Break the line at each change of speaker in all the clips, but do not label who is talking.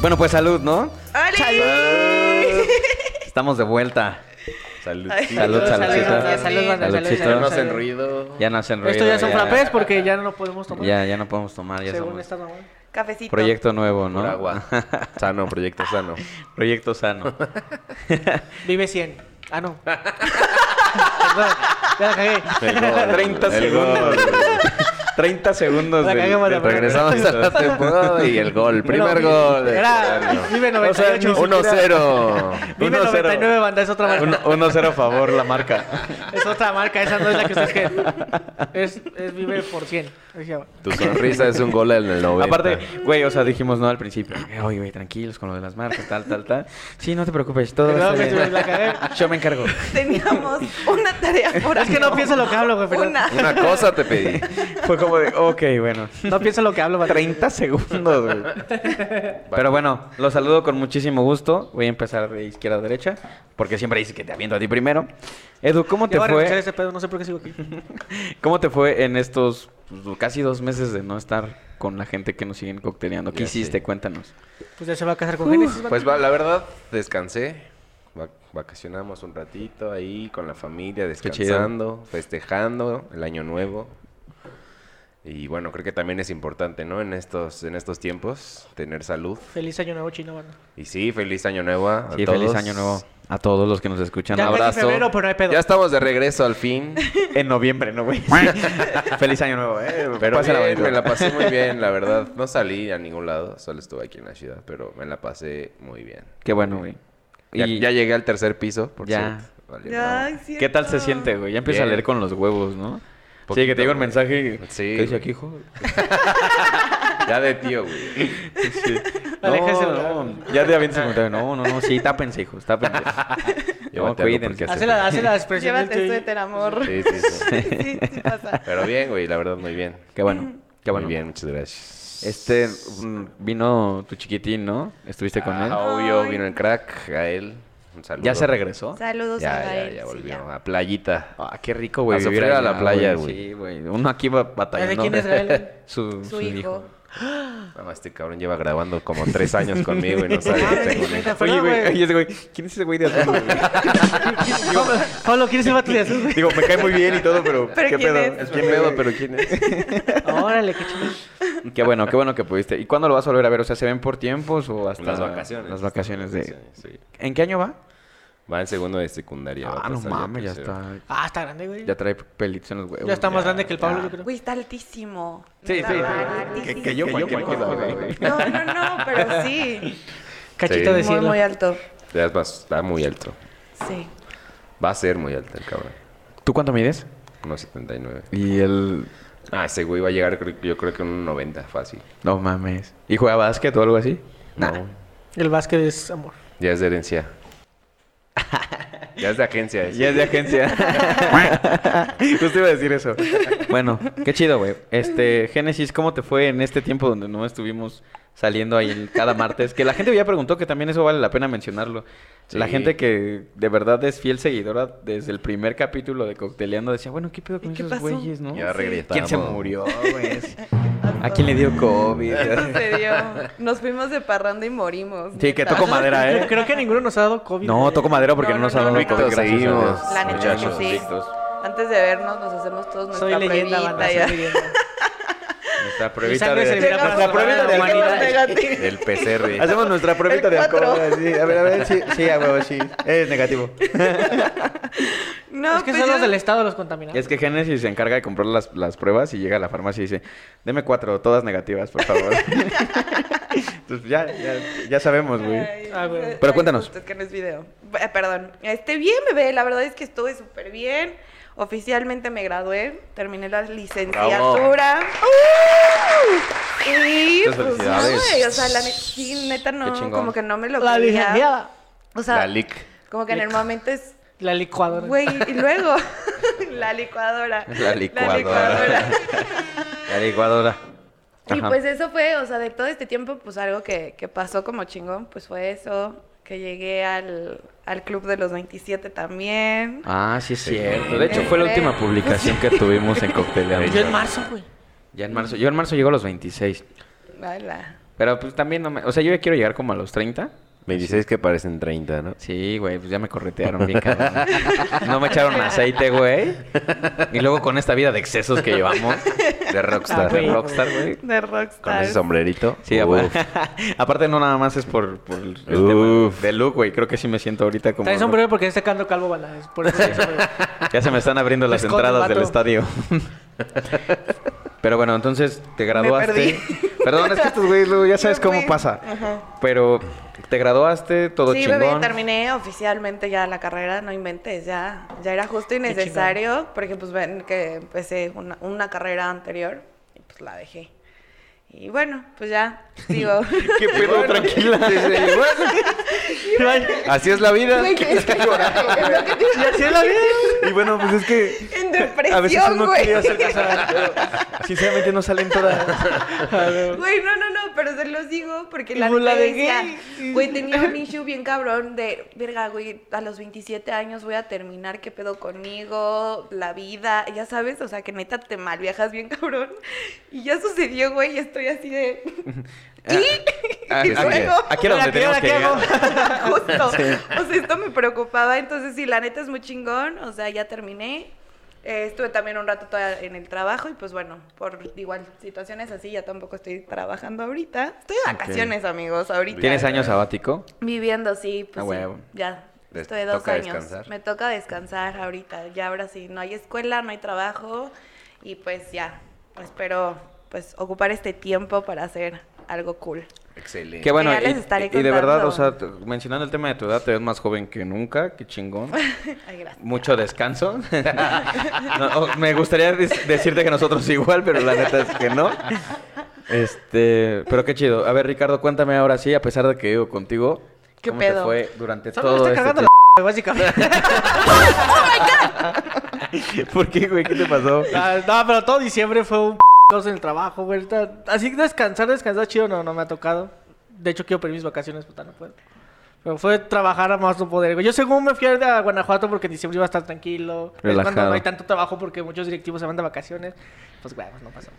Bueno, pues salud, ¿no?
¡Ale!
Estamos de vuelta.
Salud.
Ay,
Salud,
salud,
saludcita.
salud, salud,
banda, salud,
Saludcita.
Ya no
salud,
hacen
salud.
ruido.
Ya no hacen ruido.
Esto ya son
ya,
frappés porque ya no lo podemos tomar.
Ya, ya no podemos tomar, ya
según
somos.
esta mamá.
Cafecito.
Proyecto nuevo, ¿no?
Por agua. Sano, proyecto sano.
Proyecto sano.
Vive 100. Ah, no. Perdón, ya la cagué.
30
El
segundos.
gol.
30 segundos
La
del-
cagamos,
del
la
regresado.
Regresamos a la temporada y el gol. Primer
No,
gol.
Era, vive 98.
1-0.
Vive
1-0.
99, banda. Es otra marca.
1-0 a favor la marca.
Es otra marca. Esa no es la que ustedes creen. Es, es vive por 100. Así se llama.
Tu sonrisa es un gol en el 90.
Aparte, güey, o sea, dijimos no al principio. Oye, güey, tranquilos con lo de las marcas, tal, tal, tal. Sí, no te preocupes, todo
Perdón,
está
que
bien.
se me la cagué.
Yo me encargo.
Teníamos una tarea por
Es que no pienso lo que hablo, güey. perdón.
Una.
Una cosa te pedí.
Fue como de, ok, bueno.
No pienso lo que hablo, banda.
30 segundos, güey. Pero bueno, los saludo con muchísimo gusto. Voy a empezar de izquierda a derecha, porque siempre dices que te aviento a ti primero. Edu, ¿cómo te
Ya voy a renunciar
fue?
a ese pedo. No sé por qué sigo aquí.
¿Cómo te fue en estos pues, casi dos meses de no estar con la gente que nos siguen cocteleando? ¿Qué
Ya
hiciste?
sé.
Cuéntanos.
Pues ya se va a casar con Génesis. banda.
Pues va- la verdad, descansé. Va- Vacacionamos un ratito ahí con la familia,
chido.
descansando, festejando el año nuevo. Y bueno, creo que también es importante, ¿no? En estos, en estos tiempos, tener salud.
Feliz año nuevo chino, banda.
Y sí, feliz año nuevo a
Sí,
todos.
feliz año nuevo a todos los que nos escuchan.
Un
Ya casi
abrazo.
febrero, pero no hay pedo.
Ya estamos de regreso al fin.
En noviembre, ¿no, güey? Feliz año nuevo, ¿eh?
Pero
Pásala
bien,
bonito.
me la pasé muy bien, la verdad. No salí a ningún lado, solo estuve aquí en la ciudad, pero me la pasé muy bien.
Qué bueno, güey.
Ya,
Y-
ya llegué al tercer piso, por
Ya.
cierto. Valió madre.
Ay,
Ah, ¿Qué tal se
cierto.
siente, güey? Ya empieza a
Bien.
leer con los huevos, ¿no?
Poquito,
sí, que te llega un
güey.
mensaje.
Sí,
¿Qué dice
güey.
aquí, hijo?
Ya de tío, güey.
Aléjese,
No, no, ya te avientas el comentario. No, no, no, sí, tápense, hijos, tápense.
Llévate algo porque hace
Hace la, hace la expresión del
Llévate
tuyo.
suéter, amor.
Sí, sí, sí.
Sí, sí pasa.
Pero bien, güey, la verdad, muy bien.
Qué bueno, qué bueno.
Muy bien, muchas gracias.
Este, mm, vino tu chiquitín, ¿no? ¿Estuviste con él?
Ah, obvio,
Ay.
vino el crack, Gael. Un saludo.
¿Ya se regresó?
Saludos a
Ya, ya,
Gael,
ya
sí,
volvió.
ya.
A playita.
Ah, qué rico,
A
güey. vivir
sufrir a
allá,
la playa, güey.
Sí, güey. Uno aquí va batallando.
¿De quién es Gael?
Su,
Su
su
hijo.
hijo.
Ah.
Nada más este cabrón lleva grabando como tres años conmigo y no sabe
Ah,
qué tengo.
güey.
neta.
Oye,
Perdón,
güey,
güey.
oye, ese güey, ¿quién es ese güey de azul? güey?
Pablo, Pablo, ¿quieres ir a tu de azul, güey?
Digo, me cae muy bien y todo, pero,
¿Pero
¿qué
quién
pedo?
es?
Es mi pedo, pero ¿quién es?
Órale, qué chido.
Qué bueno, qué bueno que pudiste. ¿Y cuándo lo vas a volver a ver? O sea, ¿se ven por tiempos o hasta
Las vacaciones.
Las vacaciones de.
Sí, sí.
¿En qué año va?
Va en segundo de secundaria. va
ah, no
pasando a
mames, ya
tercero.
está.
Ah, está grande, güey.
Ya
Ya,
trae pelitos en los huevos.
está más
Eh, ya,
grande que el Pablo,
ya.
yo creo.
Güey, está altísimo.
Sí,
Está
sí, sí.
altísimo.
Que, que yo cualquier cosa, güey.
No, no, no, pero sí.
Cachito de
Sí.
Muy,
cielo.
muy alto.
Ya es más, está muy alto.
Sí.
Va a ser muy alto el cabrón.
¿Tú cuánto mides?
1.79.
Y el.
Ah, ese güey va a llegar, creo- yo creo que un 90, fácil.
No mames. ¿Y juega básquet o algo así?
No.
El básquet es amor.
Ya es de herencia. ya es de agencia. ese.
Ya es de agencia. Justo iba a decir eso. Bueno, qué chido, güey. Este, Génesis, ¿cómo te fue en este tiempo donde no estuvimos saliendo ahí el- cada martes? Que la gente ya preguntó que también eso vale la pena mencionarlo. La
Sí.
gente que de verdad es fiel seguidora desde el primer capítulo de Cocteleando decía, bueno, ¿qué pedo con
¿Y qué
esos
pasó?
güeyes, no?
Ya regresamos.
¿Quién se murió, güey? ¿A quién le dio COVID?
¿Qué sucedió? Nos fuimos de parranda y morimos.
Sí, que
neta.
toco madera,
Yo
¿eh?
creo que ninguno nos ha dado COVID.
No,
güey.
toco madera porque no,
No,
nos
no,
ha
no,
dado
no.
COVID,
Invictos
gracias a
seguimos.
Dios.
La neta que
muchachos,
sí.
invictos.
Antes de vernos, nos hacemos todos nuestra
Soy leyenda,
pruebita
banda.
ya.
Soy leyenda.
Nuestra
Mi
pruebita
sangre
de-
servirá
Llegamos
para
a
salvar a la
la humanidad.
humanidad.
Negativo.
del PCR.
Hacemos nuestra pruebita
El
de
cuatro.
alcohol. así. A ver, a ver, sí, sí, a huevo, sí. Es negativo.
No,
es que
pues
son los
yo-
del Estado los contaminados.
Es que Génesis se encarga de comprar las, las pruebas y llega a la farmacia y dice, deme cuatro, todas negativas, por favor. Entonces ya, ya, ya sabemos, güey.
Ay,
Ah, bueno.
eh,
Pero
ay,
cuéntanos.
justo, es que no es video. Eh, perdón. Este, bien, bebé. La verdad es que estuve súper bien. Oficialmente me gradué. Terminé la licenciatura. ¡Uh! Y
Muchas
pues, no,
felicidades.
güey, o sea, la ne- sí, neta
Qué
no,
chingón.
como que no me lo
La
creía.
licenciada.
O sea,
La LIC.
como que en el momento es
La licuadora.
Güey, y luego la licuadora.
La licuadora. La licuadora.
Y
Ajá.
pues eso fue, o sea, de todo este tiempo, pues algo que, que pasó como chingón, pues fue eso, que llegué al, al club de los 27 también.
Ah, sí es
Sí.
cierto. De hecho, fue la última publicación que tuvimos en Cocteleando.
Yo en marzo, güey.
Ya en marzo. Yo en marzo llego a los 26.
Ala.
Pero pues también no me... O sea, yo ya quiero llegar como a los 30.
26 que parecen 30, ¿no?
Sí, güey, pues ya me corretearon bien cabrón. ¿eh? No me echaron aceite, güey. Y luego con esta vida de excesos que llevamos.
De
Ah,
rockstar.
De
güey.
rockstar, Ah, güey.
De
Con
rockstar.
ese sombrerito.
Sí,
Uf.
aparte, aparte no nada más es por, por el tema
Uf.
de look, güey. Creo que sí me siento ahorita como...
Trae sombrero porque está quedando calvo, bala. es Por eso trae sombrero.
Ya se me están abriendo las
Pescón,
entradas del
vato.
estadio. Pero bueno, entonces te graduaste. Perdón, es que estos güeyes luego ya sabes
Me
cómo
fui.
pasa.
Ajá.
Pero te graduaste, todo
sí,
chingón.
bebé, terminé oficialmente ya la carrera, no inventes, ya, ya era justo y
chingón.
necesario, porque pues ven que empecé una, una carrera anterior y pues la dejé. Y bueno, pues ya, sigo.
¿Qué pedo? Tranquila.
Así es la vida.
Güey, es que- es lo que te-
Y bueno, pues es que
En
a veces
depresión,
uno
güey.
quiere hacer cosas, pero sinceramente no salen todas.
Güey, no, no, no, pero se los digo porque
Y
la
pues la
diferencia,
dejé.
güey, tenía un issue bien cabrón de, verga, güey, a los 27 años voy a terminar, qué pedo conmigo, la vida, ya sabes, o sea, que neta te mal viajas bien cabrón. Y ya sucedió, güey, y estoy así de,
Ah,
Y
ah,
luego-
Aquí era donde tenemos que llegar.
justo, o sea, esto me preocupaba, entonces sí, la neta es muy chingón, o sea, ya terminé. Eh, estuve también un rato todavía en el trabajo y pues bueno, por igual situaciones así, ya tampoco estoy trabajando ahorita. Estoy de vacaciones, amigos, ahorita.
¿Tienes año sabático?
Viviendo, sí, pues
Ah,
sí,
huevo.
ya.
Te
Estoy dos
toca
años.
descansar.
Me toca descansar ahorita. Ya ahora sí, no hay escuela, no hay trabajo. Y pues ya, espero pues ocupar este tiempo para hacer algo cool.
Excelente.
Qué bueno.
Eh, ya les
y-
estaré
y, de verdad,
contando.
o sea, t- mencionando el tema de tu edad, te ves más joven que nunca. Qué chingón.
Ay, gracias.
Mucho descanso. No, o- me gustaría des- decirte que nosotros igual, pero la neta es que no. Este, pero qué chido. A ver, Ricardo, cuéntame ahora sí, a pesar de que vivo contigo,
¿Qué
¿cómo te
pedo?
fue durante
Solo me
todo
está
este
cargando
tiempo?
la p- básicamente.
¿Por qué, güey? ¿Qué te pasó?
Ah, No, pero todo diciembre fue un p- caos en el trabajo, güey. Ahorita- Así descansar, descansar chido, no, no me ha tocado. De hecho, quiero pedir mis vacaciones, puta, no puedo. Pero fue trabajar a más no poder. güey. Yo según me fui a Guanajuato porque en diciembre iba a estar tranquilo. Es
Relajado.
cuando no hay tanto trabajo porque muchos directivos se van de vacaciones. Pues, güey, pues no pasó.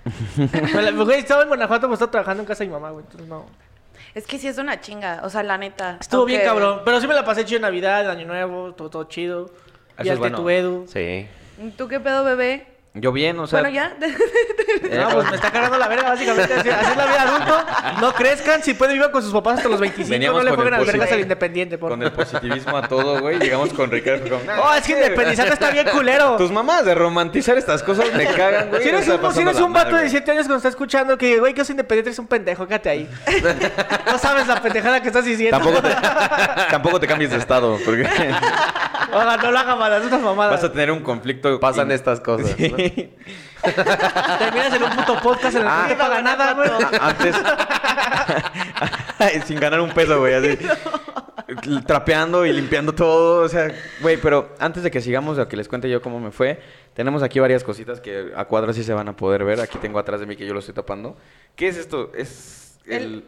Me la- güey, estaba en Guanajuato, pues estaba trabajando en casa de mi mamá, güey. Entonces, no.
Es que sí es una chinga, o sea, la neta.
Estuvo bien
aunque-
cabrón. Pero sí me la pasé chido en Navidad, Año Nuevo, todo, todo chido.
es
Y al
bueno.
Tetuedo.
Sí.
¿Tú qué pedo, bebé?
Yo bien, o sea.
bueno, ya.
eh,
No, pues me está cargando la verga, básicamente. Así, así es la vida adulto. No crezcan, si pueden vivir con sus papás hasta los 25.
Veníamos
no le
con
jueguen
el
al vergas
posi-
al independiente, por
Con el positivismo a todo, güey. Llegamos con Ricardo. y con-
Oh, es que independizarte está bien culero.
Tus mamás de romantizar estas cosas me cagan, güey.
Si eres,
O sea,
un, si
pasándola
eres un
mal,
vato de
güey.
17 años que nos está escuchando, que güey, que es independiente, eres un pendejo, quédate ahí. No sabes la pendejada que estás diciendo.
Tampoco te, tampoco te cambies de estado, porque
Oiga, no lo hagas malas, es una mamada.
vas a tener un conflicto.
Pasan
in-
estas cosas.
Sí.
¿no?
Terminas en un puto podcast en el
Ah.
que no te paga nada, güey.
A- Antes. Sin ganar un peso, güey. Así. Trapeando y limpiando todo. O sea, güey, pero antes de que sigamos, a que les cuente yo cómo me fue, tenemos aquí varias cositas que a cuadros sí se van a poder ver. Aquí tengo atrás de mí que yo lo estoy tapando. ¿Qué es esto? Es el,
el,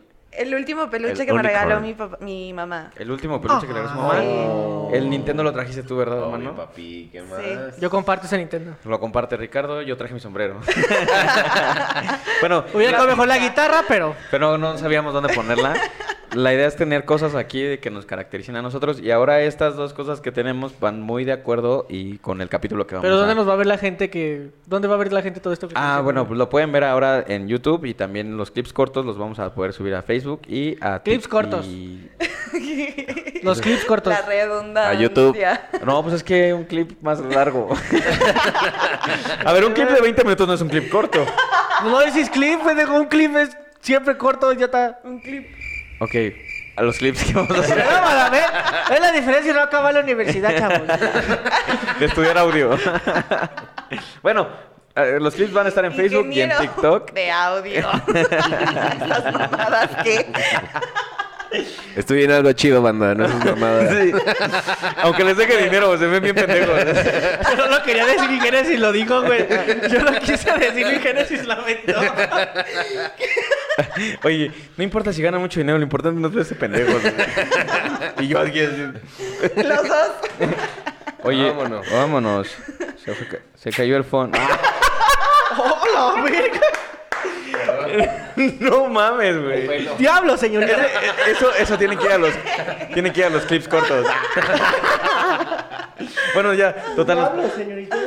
el último peluche
el
que me
unicorn.
regaló mi, papá- mi mamá.
el último peluche que le regaló su mamá.
Oh.
El Nintendo lo trajiste tú, ¿verdad,
Obvio,
hermano?
papi, ¿qué más?
Sí.
Yo comparto ese Nintendo.
Lo comparte Ricardo, yo traje mi sombrero. bueno,
Hubiera estado mejor la guitarra, pero.
pero no sabíamos dónde ponerla. La idea es tener cosas aquí de que nos caractericen a nosotros y ahora estas dos cosas que tenemos van muy de acuerdo y con el capítulo que vamos
Pero ¿dónde
a...
nos va a ver la gente que. ¿Dónde va a ver la gente todo esto? que
Ah,
estoy
bueno,
diciendo?
pues lo pueden ver ahora en YouTube y también los clips cortos los vamos a poder subir a Facebook y a...
Clips
Tik-
cortos.
y- pues,
Los clips cortos.
La redundancia.
A YouTube.
No, pues es que un clip más largo. a ver, un clip de 20 minutos no es un clip corto.
No decís clip, pendejo. Un clip es siempre corto, ya está.
Un clip.
Ok, a los clips que vamos a hacer.
Pero vamos a ver. Es la diferencia de no acabar la universidad, chavos.
de estudiar audio. bueno, eh, los clips van a estar en Facebook y en
Ingeniero
TikTok.
De audio. Las mamadas que.
Estoy en algo chido, banda, no es mamada.
Aunque les deje dinero, se ven bien pendejos.
Yo no lo quería decir y Génesis lo dijo, güey. Yo lo quise decir y Génesis lo aventó.
Oye, no importa si gana mucho dinero, lo importante no es verse pendejos. y yo aquí así.
Los dos.
Oye, vámonos.
Vámonos.
Se, fue ca- se cayó el phone. Ah.
¡Oh, la verga!
no mames, güey.
¡Diablo, señorita!
Ese- Eso, eso tienen que ir a los, tienen que ir a los clips cortos. bueno, ya, total.
¡Diablo, señorita!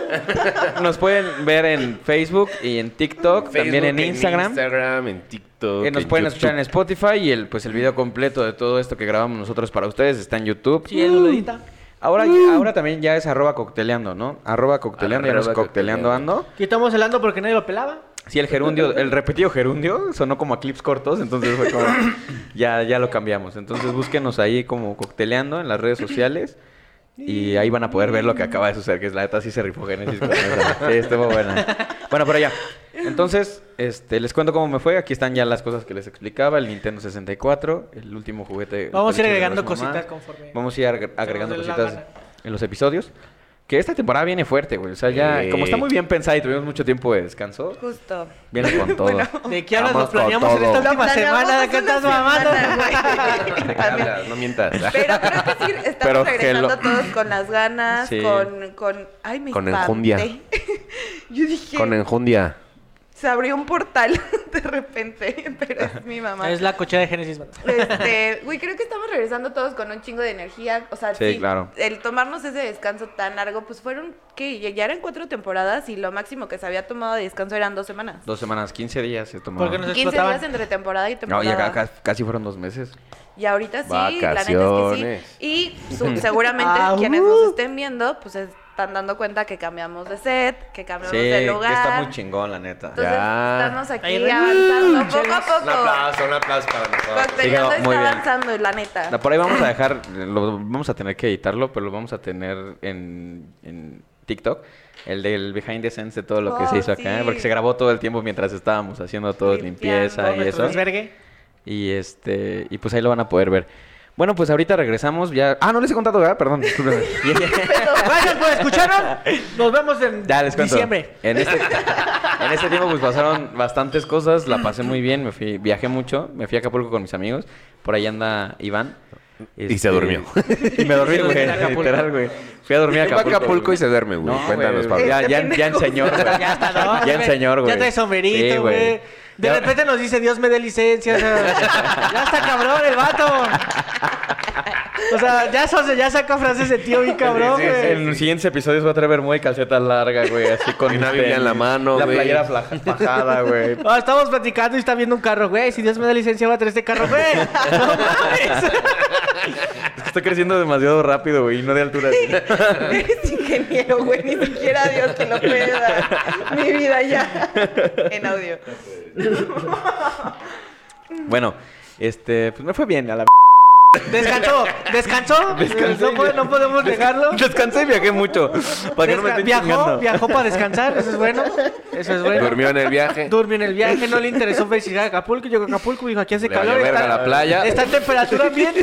Nos pueden ver en Facebook y en TikTok, también
Facebook,
en Instagram.
Instagram, en TikTok.
Eh, nos
en
pueden
YouTube.
escuchar en Spotify y el, pues, el video completo de todo esto que grabamos nosotros para ustedes está en YouTube.
Sí, eso lo edita.
Ahora, ahora también ya es arroba cocteleando, ¿no? Arroba cocteleando, ya no es
Arroba
cocteleando
cocteleando.
ando.
Quitamos el ando porque nadie lo pelaba.
Sí, el gerundio, el repetido gerundio sonó como a clips cortos, entonces fue como, ya, ya lo cambiamos. Entonces búsquenos ahí como cocteleando en las redes sociales y ahí van a poder ver lo que acaba de suceder, que es la neta sí se rifó Génesis. con esa. Sí, estuvo buena. Bueno, pero ya. Entonces, este, les cuento cómo me fue. Aquí están ya las cosas que les explicaba, el Nintendo 64, el último juguete. el
Vamos a
peluche
ir
de
agregando
Rosa Mamá.
cositas conforme.
Vamos a ir agre- agregando
dé la
cositas
gana.
en los episodios. Que esta temporada viene fuerte, güey. O sea, ya,
Sí.
como está muy bien pensada y tuvimos mucho tiempo de descanso,
Justo.
Viene con todo.
Bueno.
¿De qué hablas?
Vamos
Lo planeamos
con
en esta
todo.
última semana. ¿De qué estás mamando?
¿Qué hablas? No mientas.
Pero creo que sí, estamos
Pero que
regresando
lo-
todos con las ganas,
Sí.
con, con... Ay, me
Con
espanté.
enjundia.
Yo dije,
Con enjundia.
se abrió un portal de repente, pero es mi mamá.
Es la cochera de Génesis, man.
Este, güey, creo que estamos regresando todos con un chingo de energía. O sea,
Sí, claro.
el tomarnos ese descanso tan largo, pues fueron, que Ya eran cuatro temporadas y lo máximo que se había tomado de descanso eran dos semanas.
Dos semanas, 15 días se tomó.
Porque nos
15
explotaban.
días entre temporada y
No,
temporada.
ya ca- ca- casi fueron dos meses.
Y ahorita sí, la neta es
Vacaciones.
que sí. Y su- seguramente
Ah,
quienes
uh.
nos estén viendo, pues están dando cuenta que cambiamos de set, que cambiamos
Sí,
de
que
lugar.
está muy chingón, la neta.
Entonces,
Ya.
estamos aquí
Ahí va.
avanzando
Uh,
poco a
chéveres.
poco.
un aplauso para
Cocteleando
Sí, no, muy
Pues, está
bien.
avanzando, la neta.
La- Por ahí vamos a dejar, lo, vamos a tener que editarlo, pero lo vamos a tener en, en TikTok. El del behind the scenes de todo lo que
Oh,
se hizo acá,
sí.
porque se grabó todo el tiempo mientras estábamos haciendo todo
Limpiando
limpieza y
Nuestro
eso.
desvergue.
Y este, y pues ahí lo van a poder ver. Bueno, pues ahorita regresamos ya. Ah, no les he contado, ¿verdad? Perdón, discúlpenme.
Gracias por escucharnos. Nos vemos en
Ya les cuento.
diciembre.
En este, en este tiempo pues pasaron bastantes cosas, la pasé muy bien, me fui, viajé mucho, me fui a Acapulco con mis amigos, por ahí anda Iván. Este,
Y se durmió.
Y me dormí,
Se durmió
güey,
en Acapulco.
literal, güey. Fui a dormir a
Va a
Acapulco.
Acapulco y
güey.
se duerme, güey.
No,
Cuéntanos, Pablo.
Ya, ya, ya en señor, güey.
Ya está, ¿no?
Ya en señor, güey.
Ya trae
Sí,
sombrerito, güey. de
Ya-
repente nos dice, Dios me dé licencia. o sea, ya está cabrón el vato. O sea, ya, so- ya sacó frases de tío bien cabrón,
Sí, sí, sí.
güey.
En los siguientes episodios va a traer bermuda y calceta larga, güey. Así con
Y una
mis
Biblia en la
tenis.
mano,
La
güey.
playera flaja- fajada, güey.
Ah, estamos platicando y está viendo un carro, güey. Si Dios me da licencia, va a traer este carro, güey. No mames.
Es que estoy creciendo demasiado rápido, güey. Y no de altura.
Eres ingeniero, güey. Ni siquiera Dios te lo puede dar. Mi vida ya. En audio.
Bueno, este, pues me fue bien a la
Descansó, descansó.
Descansé.
No, po- no podemos dejarlo.
Descansé y viajé mucho. Para que no me
Desca-
estén
viajó,
chingando.
viajó para descansar, eso es bueno. Eso es bueno.
Durmió en el viaje.
Durmió en el viaje, no le interesó visitar Acapulco. Llegó a Acapulco y dijo, aquí hace
Le
calor.
valió verga
está-
la playa.
Está en temperatura ambiente.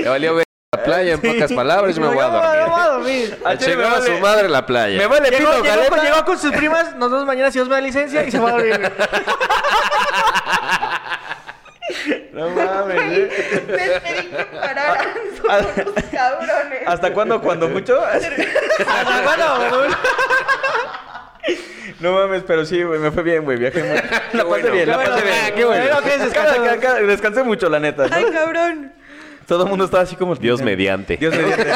Le valió ver la playa, en pocas palabras. Yo me
Dijo,
voy a
me voy
dormir.
a dormir.
Al
A
chile Ah, me
chingar a su
vale-
madre la playa.
Me vale
Llegó,
pito,
llegó con,
caleta.
llegó con sus primas, nos vemos mañana si Dios me da licencia y se va a dormir.
No mames.
Les
¿eh?
pedí que pararan.
Ah,
Son unos cabrones.
¿Hasta cuándo? ¿Cuándo mucho?
Hasta cuándo, güey.
No mames, pero sí, güey, me fue bien, güey, viajé mucho. La pasé
bueno.
bien,
Qué
la
bueno,
pasé bien.
ah, qué bueno. Bueno, que es
Cada-
descansado.
cada- cada- Descansé mucho, la neta. ¿no?
Ay, cabrón.
Todo el mundo estaba así como...
Dios mediante.
Dios mediante.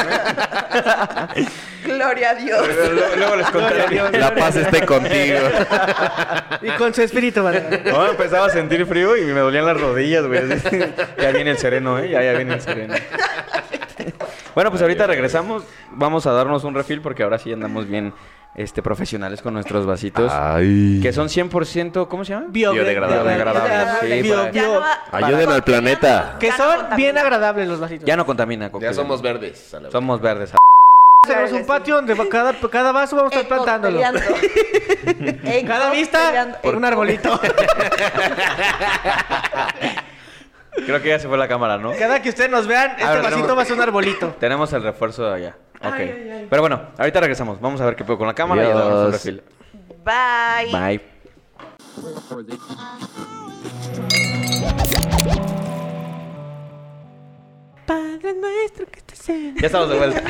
Gloria a Dios.
Luego- Luego les
Dios.
contaré.
La paz esté contigo.
Y con su espíritu, madre.
No, empezaba a sentir frío y me dolían las rodillas, güey. así. Ya viene el sereno, ¿eh? Ya, ya viene el sereno. Bueno, pues ahorita regresamos. Vamos a darnos un refil porque ahora sí andamos bien este, profesionales con nuestros vasitos.
Ah, Ay.
Que son 100%, ¿cómo se llama?
Biodegradable.
Biodegradable, sí,
Bio-
para-
bio-
Ayuden al planeta.
que son bien agradables los vasitos.
Ya no contamina, Coquito.
verdes.
Somos verdes. a-
Tenemos un patio donde va- cada, cada vaso vamos a estar plantándolo. Cada vista, un arbolito.
Creo que ya se fue la cámara, ¿no?
Cada que ustedes nos vean, este
Ahora
vasito
tenemos-
va a ser un arbolito.
Tenemos el refuerzo de allá. Ok.
Ay, ay, ay.
Pero bueno, ahorita regresamos. Vamos a ver qué puedo con la cámara y damos un
Adiós.
refil.
Bye.
Bye.
Padre nuestro que estás en...
Ya estamos de vuelta.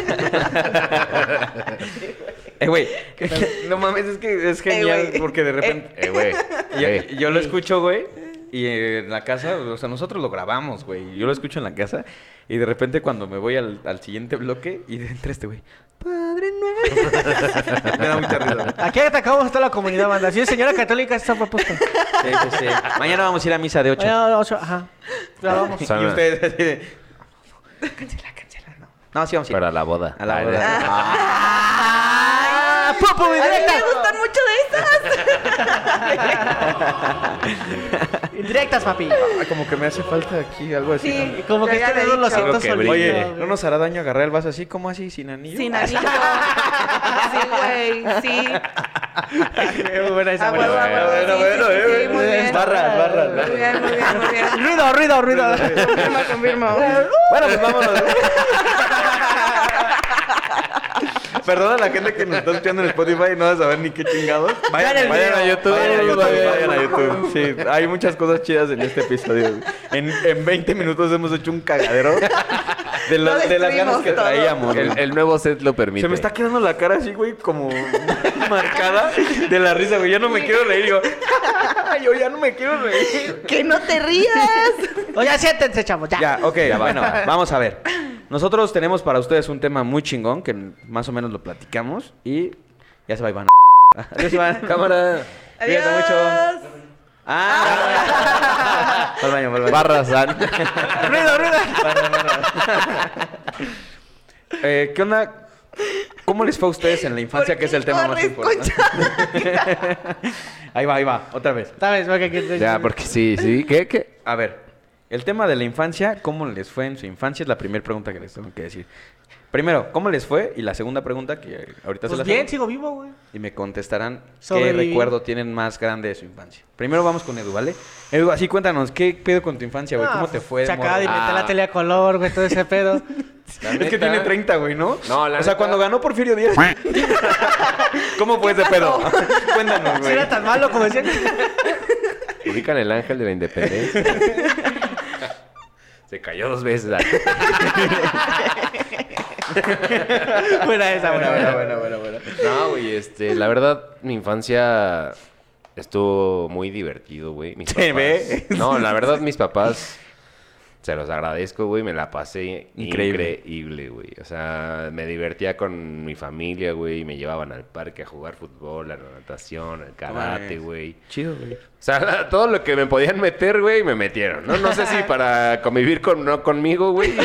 eh, güey. No mames, es que es genial
Eh, güey.
porque de repente.
Eh, güey.
yo,
eh.
yo lo escucho, güey. Y en la casa, o sea, nosotros lo grabamos, güey. Yo lo escucho en la casa. Y de repente cuando me voy al, al siguiente bloque y entra este güey. Padre nuestro. me da mucha risa.
Aquí atacamos a toda la comunidad, banda. Si es señora católica, está propuesta.
Sí, sí, sí. Mañana vamos a ir a misa de 8.
Mañana, ocho, ajá. Grabamos.
Y
Sana.
ustedes así de... "No, no, Cancela, cancela, no. No, sí vamos a ir.
Para la boda.
A la
Ay,
boda. Ah,
¡Ah! ¡Popo,
A mí
directa!
me gustan mucho de esas.
Indirectas, papi.
Ah, como que me hace falta aquí algo así.
Sí.
¿no?
Como
Yo
que
ya
este
le he
dedo lo
dicho.
siento
Algo que
solito.
brille.
Oye,
güey.
¿no nos hará daño agarrar el vaso así? ¿Cómo así? ¿Sin anillo?
Sin anillo. Sí, güey, sí.
Muy buena esa,
Ah,
güey.
huevo, a huevo,
Bueno,
sí,
bueno,
sí,
eh,
sí, muy
eh,
bien.
barras, barras,
Muy bien, muy bien, muy bien.
Ruido, ruido, ruido.
Confirmo, confirmo.
Bueno, pues vámonos. Perdona a la gente que nos está escuchando en Spotify y no va a saber ni qué chingados.
Vean el
vayan a
video.
YouTube.
Vayan
Vayan a
al
YouTube.
YouTube.
Vayan a YouTube. Sí, hay muchas cosas chidas en este episodio. En, en 20 minutos hemos hecho un cagadero de, lo-
Lo
de las ganas
destruimos
que
todo.
traíamos.
Ah. El, el nuevo set lo permite.
Se me está quedando la cara así, güey, como marcada de la risa, güey. Ya no me quiero reír. Digo, yo ya no me quiero reír.
Que no te rías.
Oye, siéntense, chavos, ya.
Ya, ok, bueno, vamos a ver. Nosotros tenemos para ustedes un tema muy chingón que más o menos lo platicamos y ya se va Iván. Adiós, Iván. Cámara. Cuídate mucho.
Adiós.
Ah. Pa'l baño, pa'l baño.
Barra San.
Ruido, ruido.
Eh, ¿Qué onda? ¿Cómo les fue a ustedes en la infancia,
¿Por
que es el
qué
tema más
corres,
importante? ahí va, ahí va, otra vez.
Esta vez, güey, que-
ya, porque sí, sí. ¿Qué? ¿Qué?
A ver, el tema de la infancia, ¿cómo les fue en su infancia? Es la primera pregunta que les tengo que decir. Primero, ¿cómo les fue? Y la segunda pregunta, que ahorita se
Pues
la
bien, sigo vivo, güey.
Y me contestarán qué
Sobreviví.
recuerdo tienen más grande de su infancia. Primero vamos con Edu, ¿vale? Edu, así cuéntanos, ¿qué pedo con tu infancia, güey?
Ah,
¿Cómo te fue? de
Se acaba de
morro?
inventar la
Ah.
tele a color, güey, todo ese pedo.
La
es que
neta,
tiene 30, güey, ¿no?
No,
O
la
sea,
neta-
cuando ganó Porfirio Díaz. ¿Cómo fue ese pedo? cuéntanos,
Si
güey.
era tan malo como decían.
Ubican el ángel de la independencia. Se cayó dos veces. la-
Buena esa, buena, buena.
bueno, bueno, bueno.
No, güey, este, la verdad, mi infancia estuvo muy divertido, güey. Mis
Se
papás-
ve.
No, la verdad, mis papás, se los agradezco, güey, me la pasé
Increíble.
increíble, güey. O sea, me divertía con mi familia, güey, me llevaban al parque a jugar fútbol, a la natación, al karate,
mames.
güey.
Pues, Chido, güey.
O sea, la- todo lo que me podían meter, güey, me metieron, ¿no? No sé si para convivir con no conmigo, güey.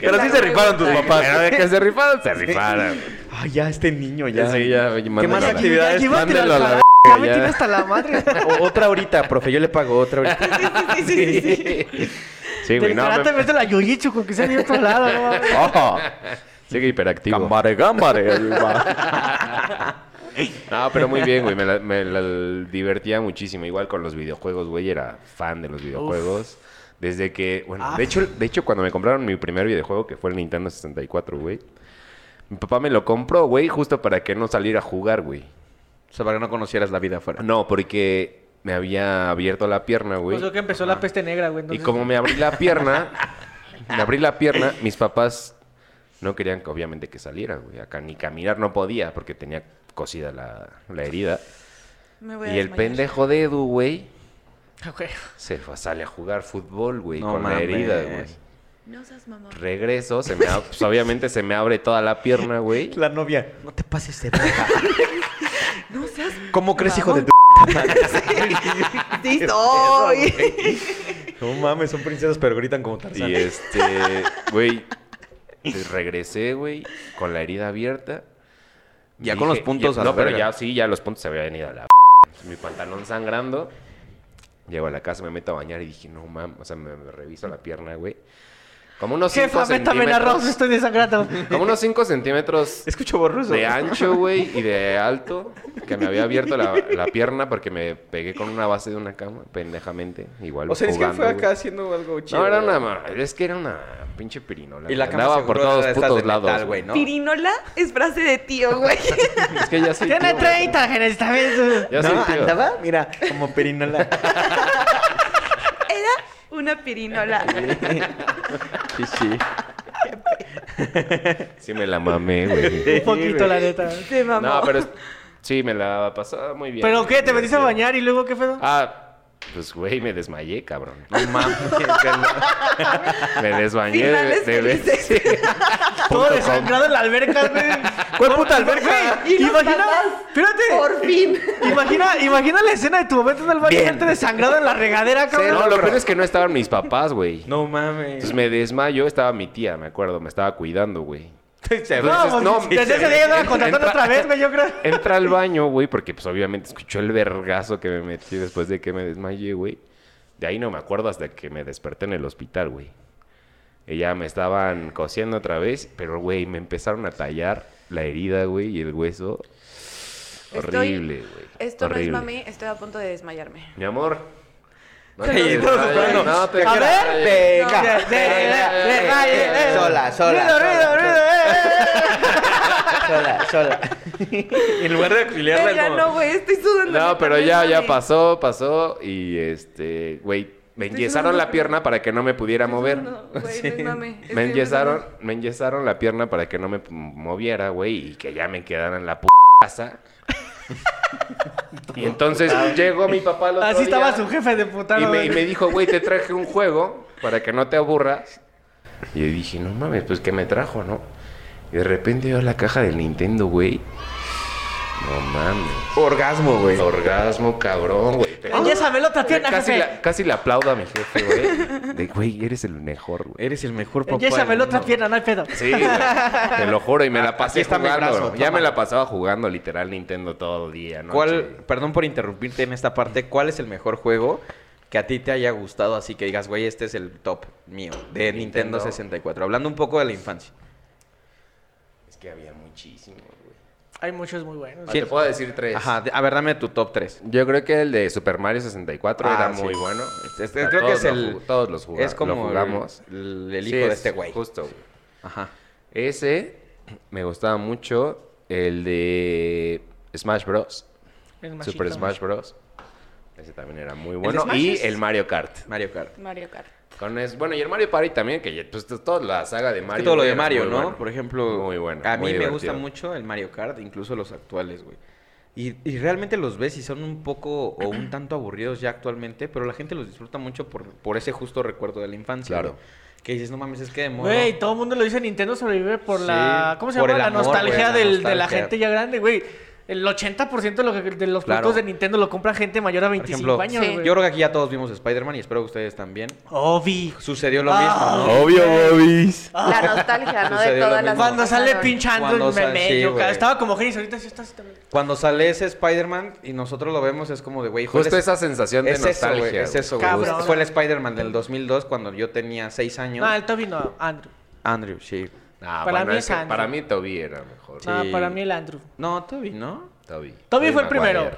Pero sí se rifaron tus papás.
Pero de que se rifaron, se rifaron.
Ay, ya este niño, ya.
Ya, sí, ya,
¿Qué
mándenlo
más
a la-
actividades?
Ya, llévatelo
Mándelo
al
a la
carajo,
verga,
Ya me
ya.
tiene hasta la madre.
O- otra ahorita, profe, yo le pago otra ahorita.
Sí, sí, sí, sí.
Sí, güey,
Del
no.
karate
me-
vete la yuyichu con que sea de otro lado, no mames.
Ojo. Sigue hiperactivo. No, pero muy bien, güey. Me, la, me la divertía muchísimo. Igual con los videojuegos, güey. Era fan de los videojuegos. Desde que, bueno,
Ah.
de, hecho, de hecho, cuando me compraron mi primer videojuego, que fue el Nintendo 64, güey. Mi papá me lo compró, güey, justo para que no saliera a jugar, güey.
O sea, para que no conocieras la vida afuera.
No, porque me había abierto la pierna, güey.
Pues lo que empezó la peste negra, güey.
Y
entonces-
como me abrí la pierna, me abrí la pierna, mis papás no querían que obviamente que saliera, güey. Acá ni caminar no podía porque tenía cosida la, la herida.
Me voy a
Y el
desmayar.
pendejo de Edu, güey,
Ah, güey.
se fue, sale a jugar fútbol, güey,
No
con
mames.
la herida, güey.
No seas mamón.
Regreso, se me ab- pues, obviamente se me abre toda la pierna, güey.
La novia. No te pases de
No seas.
¿Cómo crees, hijo de tu?
Sí, soy.
No mames, son princesas, pero gritan como Tarzán.
Y este, güey, pues, regresé, güey, con la herida abierta.
Ya con los puntos
ya-
a la
No, pero
verga.
ya sí, ya los puntos se habían ido a la p***. Mi pantalón sangrando. Llego a la casa, me meto a bañar y dije, no mames, o sea, me, me reviso la pierna, güey. Como unos 5
Jefa, métame en
centímetros.
arroz, estoy desangrando.
Como unos 5 centímetros
Escucho borroso.
de ancho, güey, y de alto. Que me había abierto la, la pierna porque me pegué con una base de una cama, pendejamente. Igual.
O sea, es que
jugando,
fue acá
güey.
haciendo algo chido.
No, era
güey.
una. ma- Es que era una pinche pirinola.
Y la cama
Andaba
seguro
por
era
todos
de estas
putos
de
lados.
metal, güey, ¿no?
Pirinola es frase de tío, güey.
Es que ya soy
Tiene
tío, güey.
30, Genesis, también.
Ya soy tío.
Ah, mira, como perinola.
Era una pirinola.
sí, sí.
Sí me la mamé, güey.
Un poquito, la neta.
Se mamó.
No, pero es- sí, me la pasaba muy bien.
¿Pero qué? ¿Te metiste a
Divertido.
bañar y luego qué pedo?
Ah, pues güey, me desmayé, cabrón.
No mames.
Me desbañé de,
Finales
de
felices.
Sí.
Todo
punto com.
desangrado en la alberca, güey.
¿Cuál puta alberca?
Y los
Imagina,
papás,
espérate.
Por fin.
Imagina, imagina la escena de tu momento en el baño,
Bien.
gente desangrado en la regadera, cabrón.
No, lo peor es que no estaban mis papás, güey.
No mames.
Entonces me desmayó, estaba mi tía, me acuerdo, me estaba cuidando, güey.
Se ve.
No,
Entonces,
pues,
no,
desde ese día ya no la contrataron
entra-
otra vez, güey, yo creo.
Entra al baño, güey, porque pues obviamente escuchó el vergazo que me metí después de que me desmayé, güey. De ahí no me acuerdo hasta que me desperté en el hospital, güey. Y ya me estaban cosiendo otra vez, pero güey, me empezaron a tallar la herida, güey, y el hueso.
Estoy-
Horrible, güey.
Esto
horrible.
no es mami, estoy a punto de desmayarme.
Mi amor. No
Ey,
te
no,
desmayes,
no,
no te
A ver,
desmayes.
Venga.
Ya, ya, ya, ya, ya, ya, ya.
Sola, sola.
Ruido, ruido, ruido, eh, eh, eh.
Sola, sola. en lugar de auxiliarla,
Verga,
como-
no, güey, estoy sudando.
No,
neta,
pero
es
ya, ya
mami.
pasó, pasó. Y este, güey, me
Estoy
enyesaron
sudando,
la
pero-
pierna para que no me pudiera
No,
mover.
no, güey, no es mami, es que
Me enyesaron,
no-
me enyesaron la pierna para que no me p- moviera, güey, y que ya me quedara en la p casa. y entonces llegó mi papá al otro día
Así Ah, estaba ¿eh? su jefe de
y
putano.
me, y me
güey.
dijo, güey, te traje un juego para que no te aburras. Y yo dije, no mames, pues que me trajo, ¿no? Y de repente veo la caja del Nintendo, güey. No mames.
Orgasmo, güey.
Orgasmo, cabrón, güey.
Ya sabelo, Tatiana,
Casi,
jefe.
la, casi le aplaudo a mi jefe, güey. De, güey, eres el mejor, güey.
Eres el mejor papá.
Ya
del
sabelo,
mundo.
Tatiana, no hay pedo.
Sí, güey. Te lo juro, y me la
Aquí
pasé
está mi
jugando.
brazo,
ya
toma.
me la pasaba jugando literal Nintendo todo el día, ¿no?
¿Cuál, perdón por interrumpirte en esta parte, ¿cuál es el mejor juego que a ti te haya gustado así que digas, güey, este es el top mío de Nintendo,
Nintendo.
64? Hablando un poco de la infancia.
Es que había muchísimo, güey.
Hay muchos muy buenos.
Sí.
Te puedo decir tres.
Ajá, de- a ver, dame tu top 3.
Yo creo que el de Super Mario 64
Ah,
era
sí.
muy bueno.
Este- este
O sea,
creo que
todos
es
lo
el-
ju- todos los jugamos.
es como
jugamos.
el- el hijo
Sí,
de
es
este güey.
Justo, güey.
Ajá.
Ese me gustaba mucho. El de Smash Bros.
El
Super
machito.
Smash Bros. Ese también era muy bueno.
Smash
Y
es-
el Mario Kart.
Mario Kart.
Mario Kart.
Con es- bueno, y el Mario Party también, que ya- pues to- toda la saga de
Es que
Mario.
todo lo
güey,
de
era
Mario,
muy
¿no?
bueno.
Por ejemplo,
Muy bueno.
a mí
muy
me
divertido.
gusta mucho el Mario Kart, incluso los actuales, güey. Y, y realmente los ves y son un poco o un tanto aburridos ya actualmente, pero la gente los disfruta mucho por, por ese justo recuerdo de la infancia.
Claro.
güey. Que dices, no mames, es que de modo.
Güey, todo el mundo lo dice, Nintendo sobrevive por
Sí,
la... ¿Cómo se
por
llama?
el
La
amor,
nostalgia,
güey, la
del- de la
nostalgia.
gente ya grande, güey. El 80% de, lo que- de los
Claro.
productos de Nintendo lo compra gente mayor a
Por
25
ejemplo,
años,
sí.
güey.
yo creo que aquí ya todos vimos Spider-Man y espero que ustedes también.
Obi.
Sucedió lo
Ah.
mismo, ¿no?
Obvio, Bobis.
La nostalgia, ¿no? De
Sucedió lo
todas las
mismo.
Cuando
cosas
sale
ahora.
pinchando
Cuando
el
sal-
meme,
sí,
yo
güey.
ca- estaba como Genis, ahorita sí estás... también.
Cuando sale ese Spider-Man y nosotros lo vemos, es como de, güey, fue
Justo
el-
esa sensación de
Es eso,
nostalgia.
güey, es
güey.
eso, güey.
Cabrón.
Fue el Spider-Man del 2002 cuando yo tenía 6 años.
No, el Toby no, Andrew.
Andrew, sí.
Ah,
Para
bueno,
mí
es
es
que
Andrew.
para mí Toby era mejor.
Sí.
No, para mí el Andrew.
No, Toby, ¿no?
Toby.
Toby fue
Maguire.
el primero.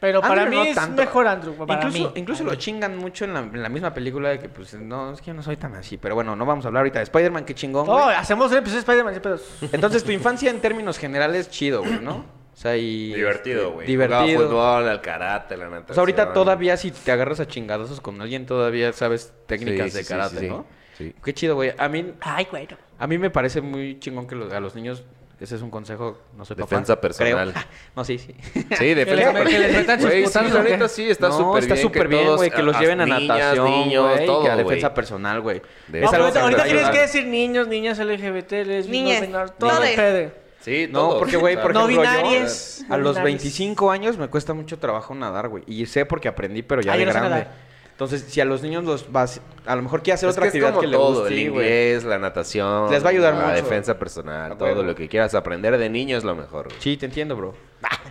Pero para
Andrew
mí
no
es
tanto.
mejor Andrew, para
incluso
mí.
incluso lo
Andrew.
chingan mucho en la, en la misma película de que, pues, no, es que yo no soy tan así. Pero bueno, no vamos a hablar ahorita de Spider-Man, qué chingón.
Oh,
güey.
hacemos un episodio de Spider-Man, sí, pero...
Entonces, tu infancia en términos generales, chido, güey, ¿no? O sea, y.
Divertido,
este,
güey. Jugaba
Divertido.
fútbol, al karate, la natación.
O sea, ahorita todavía, si te agarras a chingadosos con alguien, todavía sabes técnicas
Sí,
de
sí, sí,
karate,
sí, sí.
¿no?
Sí.
Qué chido, güey. A mí,
Ay, güey. no.
A mí me parece muy chingón que los- a los niños, ese es un consejo, no soy papá.
Defensa personal.
creo. No, sí, sí.
Sí, de
Que les- que les metan sus
Güey, sí,
putazos, ¿o qué?
ahorita sí está
No,
súper
está
bien.
súper bien,
todos,
güey, que los
ah,
lleven a
niñas,
natación,
niños,
güey,
todo,
que a
güey.
defensa personal, güey. Es
De-
algo
No, pero ahorita,
que
ahorita
me
tienes
ayuda.
que decir niños, niñas, LGBT, lesbianas,
Niñes.
menor,
Todos.
todo el pedo.
Sí,
No,
todos.
porque, güey, por
No
ejemplo,
binarias,
yo a
no
los
binarias.
25 años me cuesta mucho trabajo nadar, güey. Y sé porque aprendí, pero ya
Ah,
de
yo no sé
grande.
nadar.
Entonces, si a los niños los vas... A lo mejor quiere hacer
Es
otra
que es
actividad
como
que
todo,
le guste,
el
güey.
inglés, la natación,
Les va a ayudar
la
mucho.
defensa personal,
A
todo
huevo.
lo que quieras aprender de niño es lo mejor. güey.
Sí, te entiendo, bro.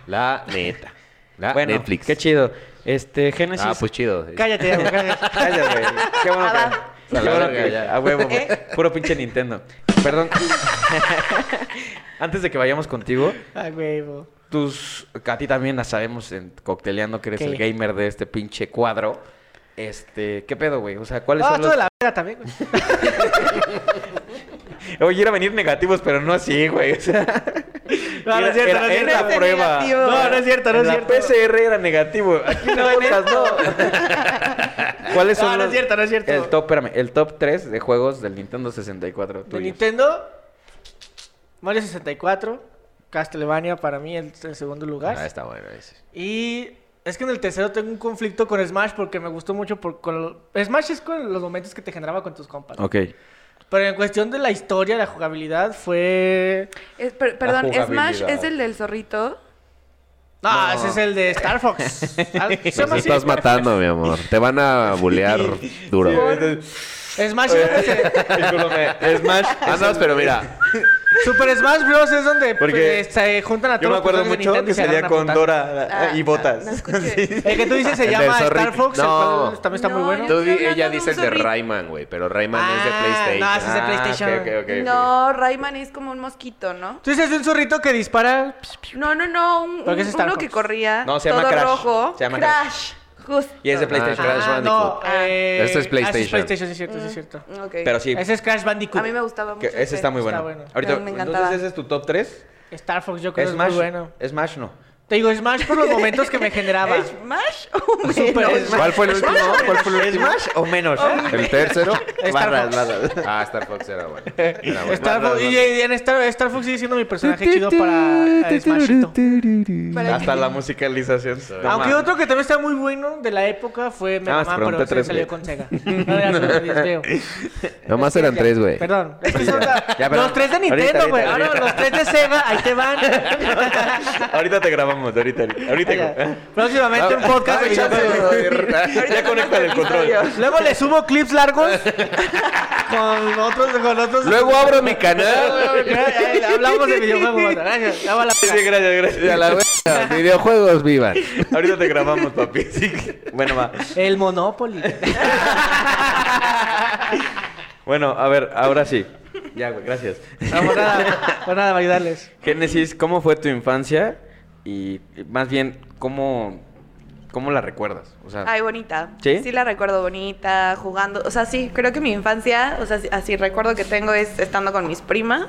La neta. La
bueno,
Ah, Netflix.
qué chido. Este, Génesis...
Ah, pues chido.
Cállate, ya, güey, cállate.
Gracias, güey. Qué bueno
Ah,
que-
va.
A la
Claro
verga,
que-
ya, a huevo, güey.
¿Eh?
Puro pinche Nintendo. Perdón. Antes de que vayamos contigo,
Ay, güey, bo.
tus. A ti también la sabemos en Cocteleando que eres el
¿Qué?
gamer de este pinche cuadro. Este, ¿qué pedo, güey? O sea, ¿cuáles
Ah,
son
tú
los...
de la verga también, güey.
Oye, iba a venir negativos, pero no así, güey. O sea,
No, no es cierto, no es
en
cierto.
la prueba.
Negativo.
No, no es cierto, no
En
es
la
cierto.
PCR era negativo. Aquí no,
No, en
podcast, no. ¿Cuáles son
No, no es
los-
cierto, no es cierto.
El top, espérame, el top 3 de juegos del Nintendo 64
De
tuyos.
Nintendo, Mario 64, Castlevania para mí el, el segundo lugar.
este.
Ah, está bueno ese.
Y es que en el tercero tengo un conflicto con Smash porque me gustó mucho por, con lo- Smash es con los momentos que te generaba con tus compas.
Ok.
Pero en cuestión de la historia, la jugabilidad fue...
Es- per- perdón,
jugabilidad.
Smash es el del zorrito.
No,
No.
ese es el de Star Fox. Al- se
Nos
llama así.
estás matando, mi amor. Te van a bulear duro.
Smash es donde se-
Smash.
Ah, no, pero mira.
Super Smash Bros. es donde
Porque
pues, se juntan a todos
Yo me acuerdo
personajes de
mucho
Nintendo y
que
se
salía
agarran a
con
putazos.
Dora
eh,
Ah,
y botas.
no escuché.
Sí.
El que tú dices se
El del
llama Star
zorrito.
Fox,
No.
el cual también está muy
No,
bueno.
yo-
Tú, di-
Estoy hablando
ella
de
dice el
un
de
zorrito.
Rayman, güey. Pero Rayman es de
Ah,
PlayStation.
no, ese es de PlayStation.
Ah, ok, ok, ok, ok.
No, Rayman es como un mosquito, ¿no?
Tú dices de un zorrito que dispara. pss, pss,
No, no, no, un,
Creo que es
un-
Star
uno
Fox.
que corría
No, se
todo
llama Crash.
rojo.
Se llama
Crash. Justo. Mm,
Y es de
Ah,
PlayStation.
Crash
ah, no,
Bandicoot.
eh,
Esto es
ah, ese
PlayStation.
PlayStation, sí, es cierto, sí, es
Mm,
cierto.
ok.
Pero sí.
Ese es Crash Bandicoot.
A mí me gustaba mucho.
que ese está muy bueno.
Está bueno.
Ahorita,
Me encantaba.
entonces ese es tu top 3.
Star Fox, yo creo que es
Smash.
muy bueno.
Smash no.
Te digo, Smash por los momentos que me generaba.
¿Smash o menos?
Super Smash.
¿Cuál fue el último? ¿Cuál fue el último?
¿Smash o menos?
Oh,
¿El tercero?
Star
Barras,
Fox.
barras.
Ah, Star Fox era bueno. Era bueno.
Star Fox, y, y en Star, Star Fox sigue siendo mi personaje chido para eh, Smashito.
Para
Mm, Hasta
que-
la musicalización. No
Aunque
mames. Ah,
otro que también está muy bueno de la época fue Mega
Nada más
Man,
pregunté
pero se
tres,
salió
güey.
con Sega. No, ya, no, ya, ya, ya.
Nomás
Es que
eran
ya-
tres, güey.
Perdón. Es que
Sí,
son
ya.
la-
Ya, perdón.
los tres de
Ahorita,
Nintendo,
ahorita,
güey. Ahora
ahorita.
los tres de Sega, ahí te van.
Ahorita te grabamos, ahorita. Ahorita.
Ya. Próximamente un podcast.
Ay, ya,
de videojuegos.
ya, ya conectan el control.
Luego le subo clips largos con otros, con otros.
Luego abro mi canal.
Ya, ya, hablamos de videojuegos. banda. Gracias. Ya va la-
Sí, gracias, gracias.
Y a la verga, videojuegos vivan.
Ahorita te grabamos, papi. Sí. Bueno, va.
El Monopoly.
Bueno, a ver, ahora sí. Ya, güey, gracias.
Vamos nada, pues nada, va a ayudarles.
Génesis, ¿cómo fue tu infancia? Y y más bien, ¿cómo, cómo la recuerdas? O sea,
Ay, bonita.
¿Sí?
la recuerdo bonita, jugando. O sea, sí, creo que mi infancia, o sea, así, así recuerdo que tengo es estando con mis primas.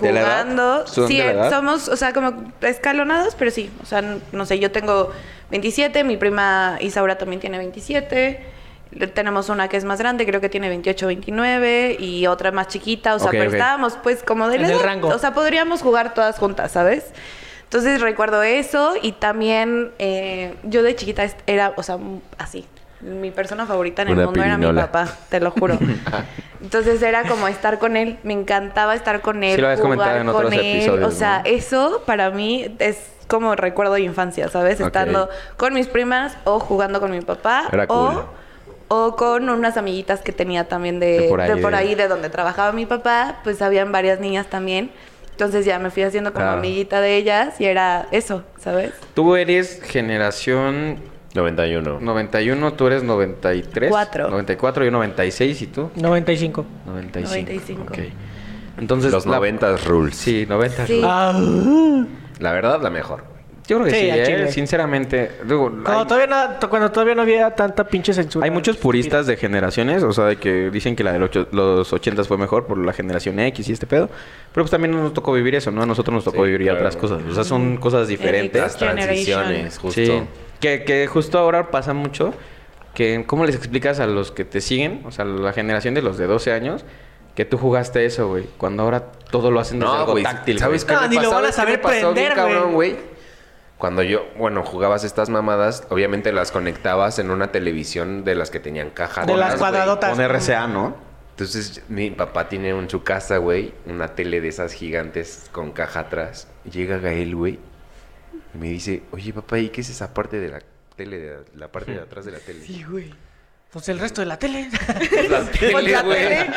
¿De la edad?
Jugando.
¿Son
Sí,
de la edad?
somos, o sea, como escalonados, pero sí. O sea, n- no sé, yo tengo 27, mi prima Isaura también tiene 27. le- Tenemos una que es más grande, creo que tiene 28, 29, y otra más chiquita, o sea,
Ok,
pero
ok.
estábamos pues como de
En
la
el
edad.
rango.
O sea, podríamos jugar todas juntas, ¿sabes? Entonces recuerdo eso y también eh, yo de chiquita est- era, o sea, m- así. Mi persona favorita en el
Una
mundo era
pirinola.
mi papá, te lo juro. Entonces era como estar con él, me encantaba estar con él,
Sí lo habías comentado en otros
con él.
episodios,
o sea,
¿no?
eso para mí es como recuerdo de infancia, ¿sabes?
Ok.
Estando con mis primas o jugando con mi papá
Era
o
cool.
o con unas amiguitas que tenía también de,
De
de
por
por
ahí,
ahí, de,
de-
donde trabajaba mi papá, pues habían varias niñas también. Entonces ya me fui haciendo como
Claro.
amiguita de ellas y era eso, ¿sabes?
tú eres generación
91.
91, tú eres 93.
Cuatro.
94, yo 96, ¿y tú?
95.
95.
95.
Ok. Entonces,
Los
la-
90 rules.
Sí, 90.
Sí.
Ah.
La verdad, la mejor.
Yo creo que sí,
Sí, al
¿eh?
chile.
sinceramente. digo,
Cuando,
hay-
todavía no, cuando todavía no había tanta pinche censura.
Hay muchos puristas de generaciones, o sea, de que dicen que la de los 80 fue mejor por la generación X y este pedo. Pero pues también no nos tocó vivir eso, ¿no? A nosotros nos tocó
Sí,
vivir ya
claro.
otras cosas. O sea, son cosas
Las
diferentes.
Exacto. Generation.
transiciones, justo.
Sí. Que, que justo ahora pasa mucho que cómo les explicas a los que te siguen, o sea, la generación de los de 12 años, que tú jugaste eso, güey. Cuando ahora todo lo hacen desde
No,
algo
güey.
táctil,
¿Sabes
güey.
qué
No,
me
ni lo
pasó?
van a
¿Sabes qué me
saber
pasó bien,
prender,
cabrón,
güey.
güey? Cuando yo, bueno, jugabas estas mamadas, obviamente las conectabas en una televisión de las que tenían caja.
De las
güey.
cuadradotas.
Con RCA, ¿no?
Entonces, mi papá tiene en su casa, güey, una tele de esas gigantes con caja atrás. Llega Gael, güey, y me dice, oye, papá, ¿y qué es esa parte de la tele, de la parte de atrás de la tele? Sí, güey.
Pues el resto de la tele.
La
Pues
tele,
la
güey.
tele.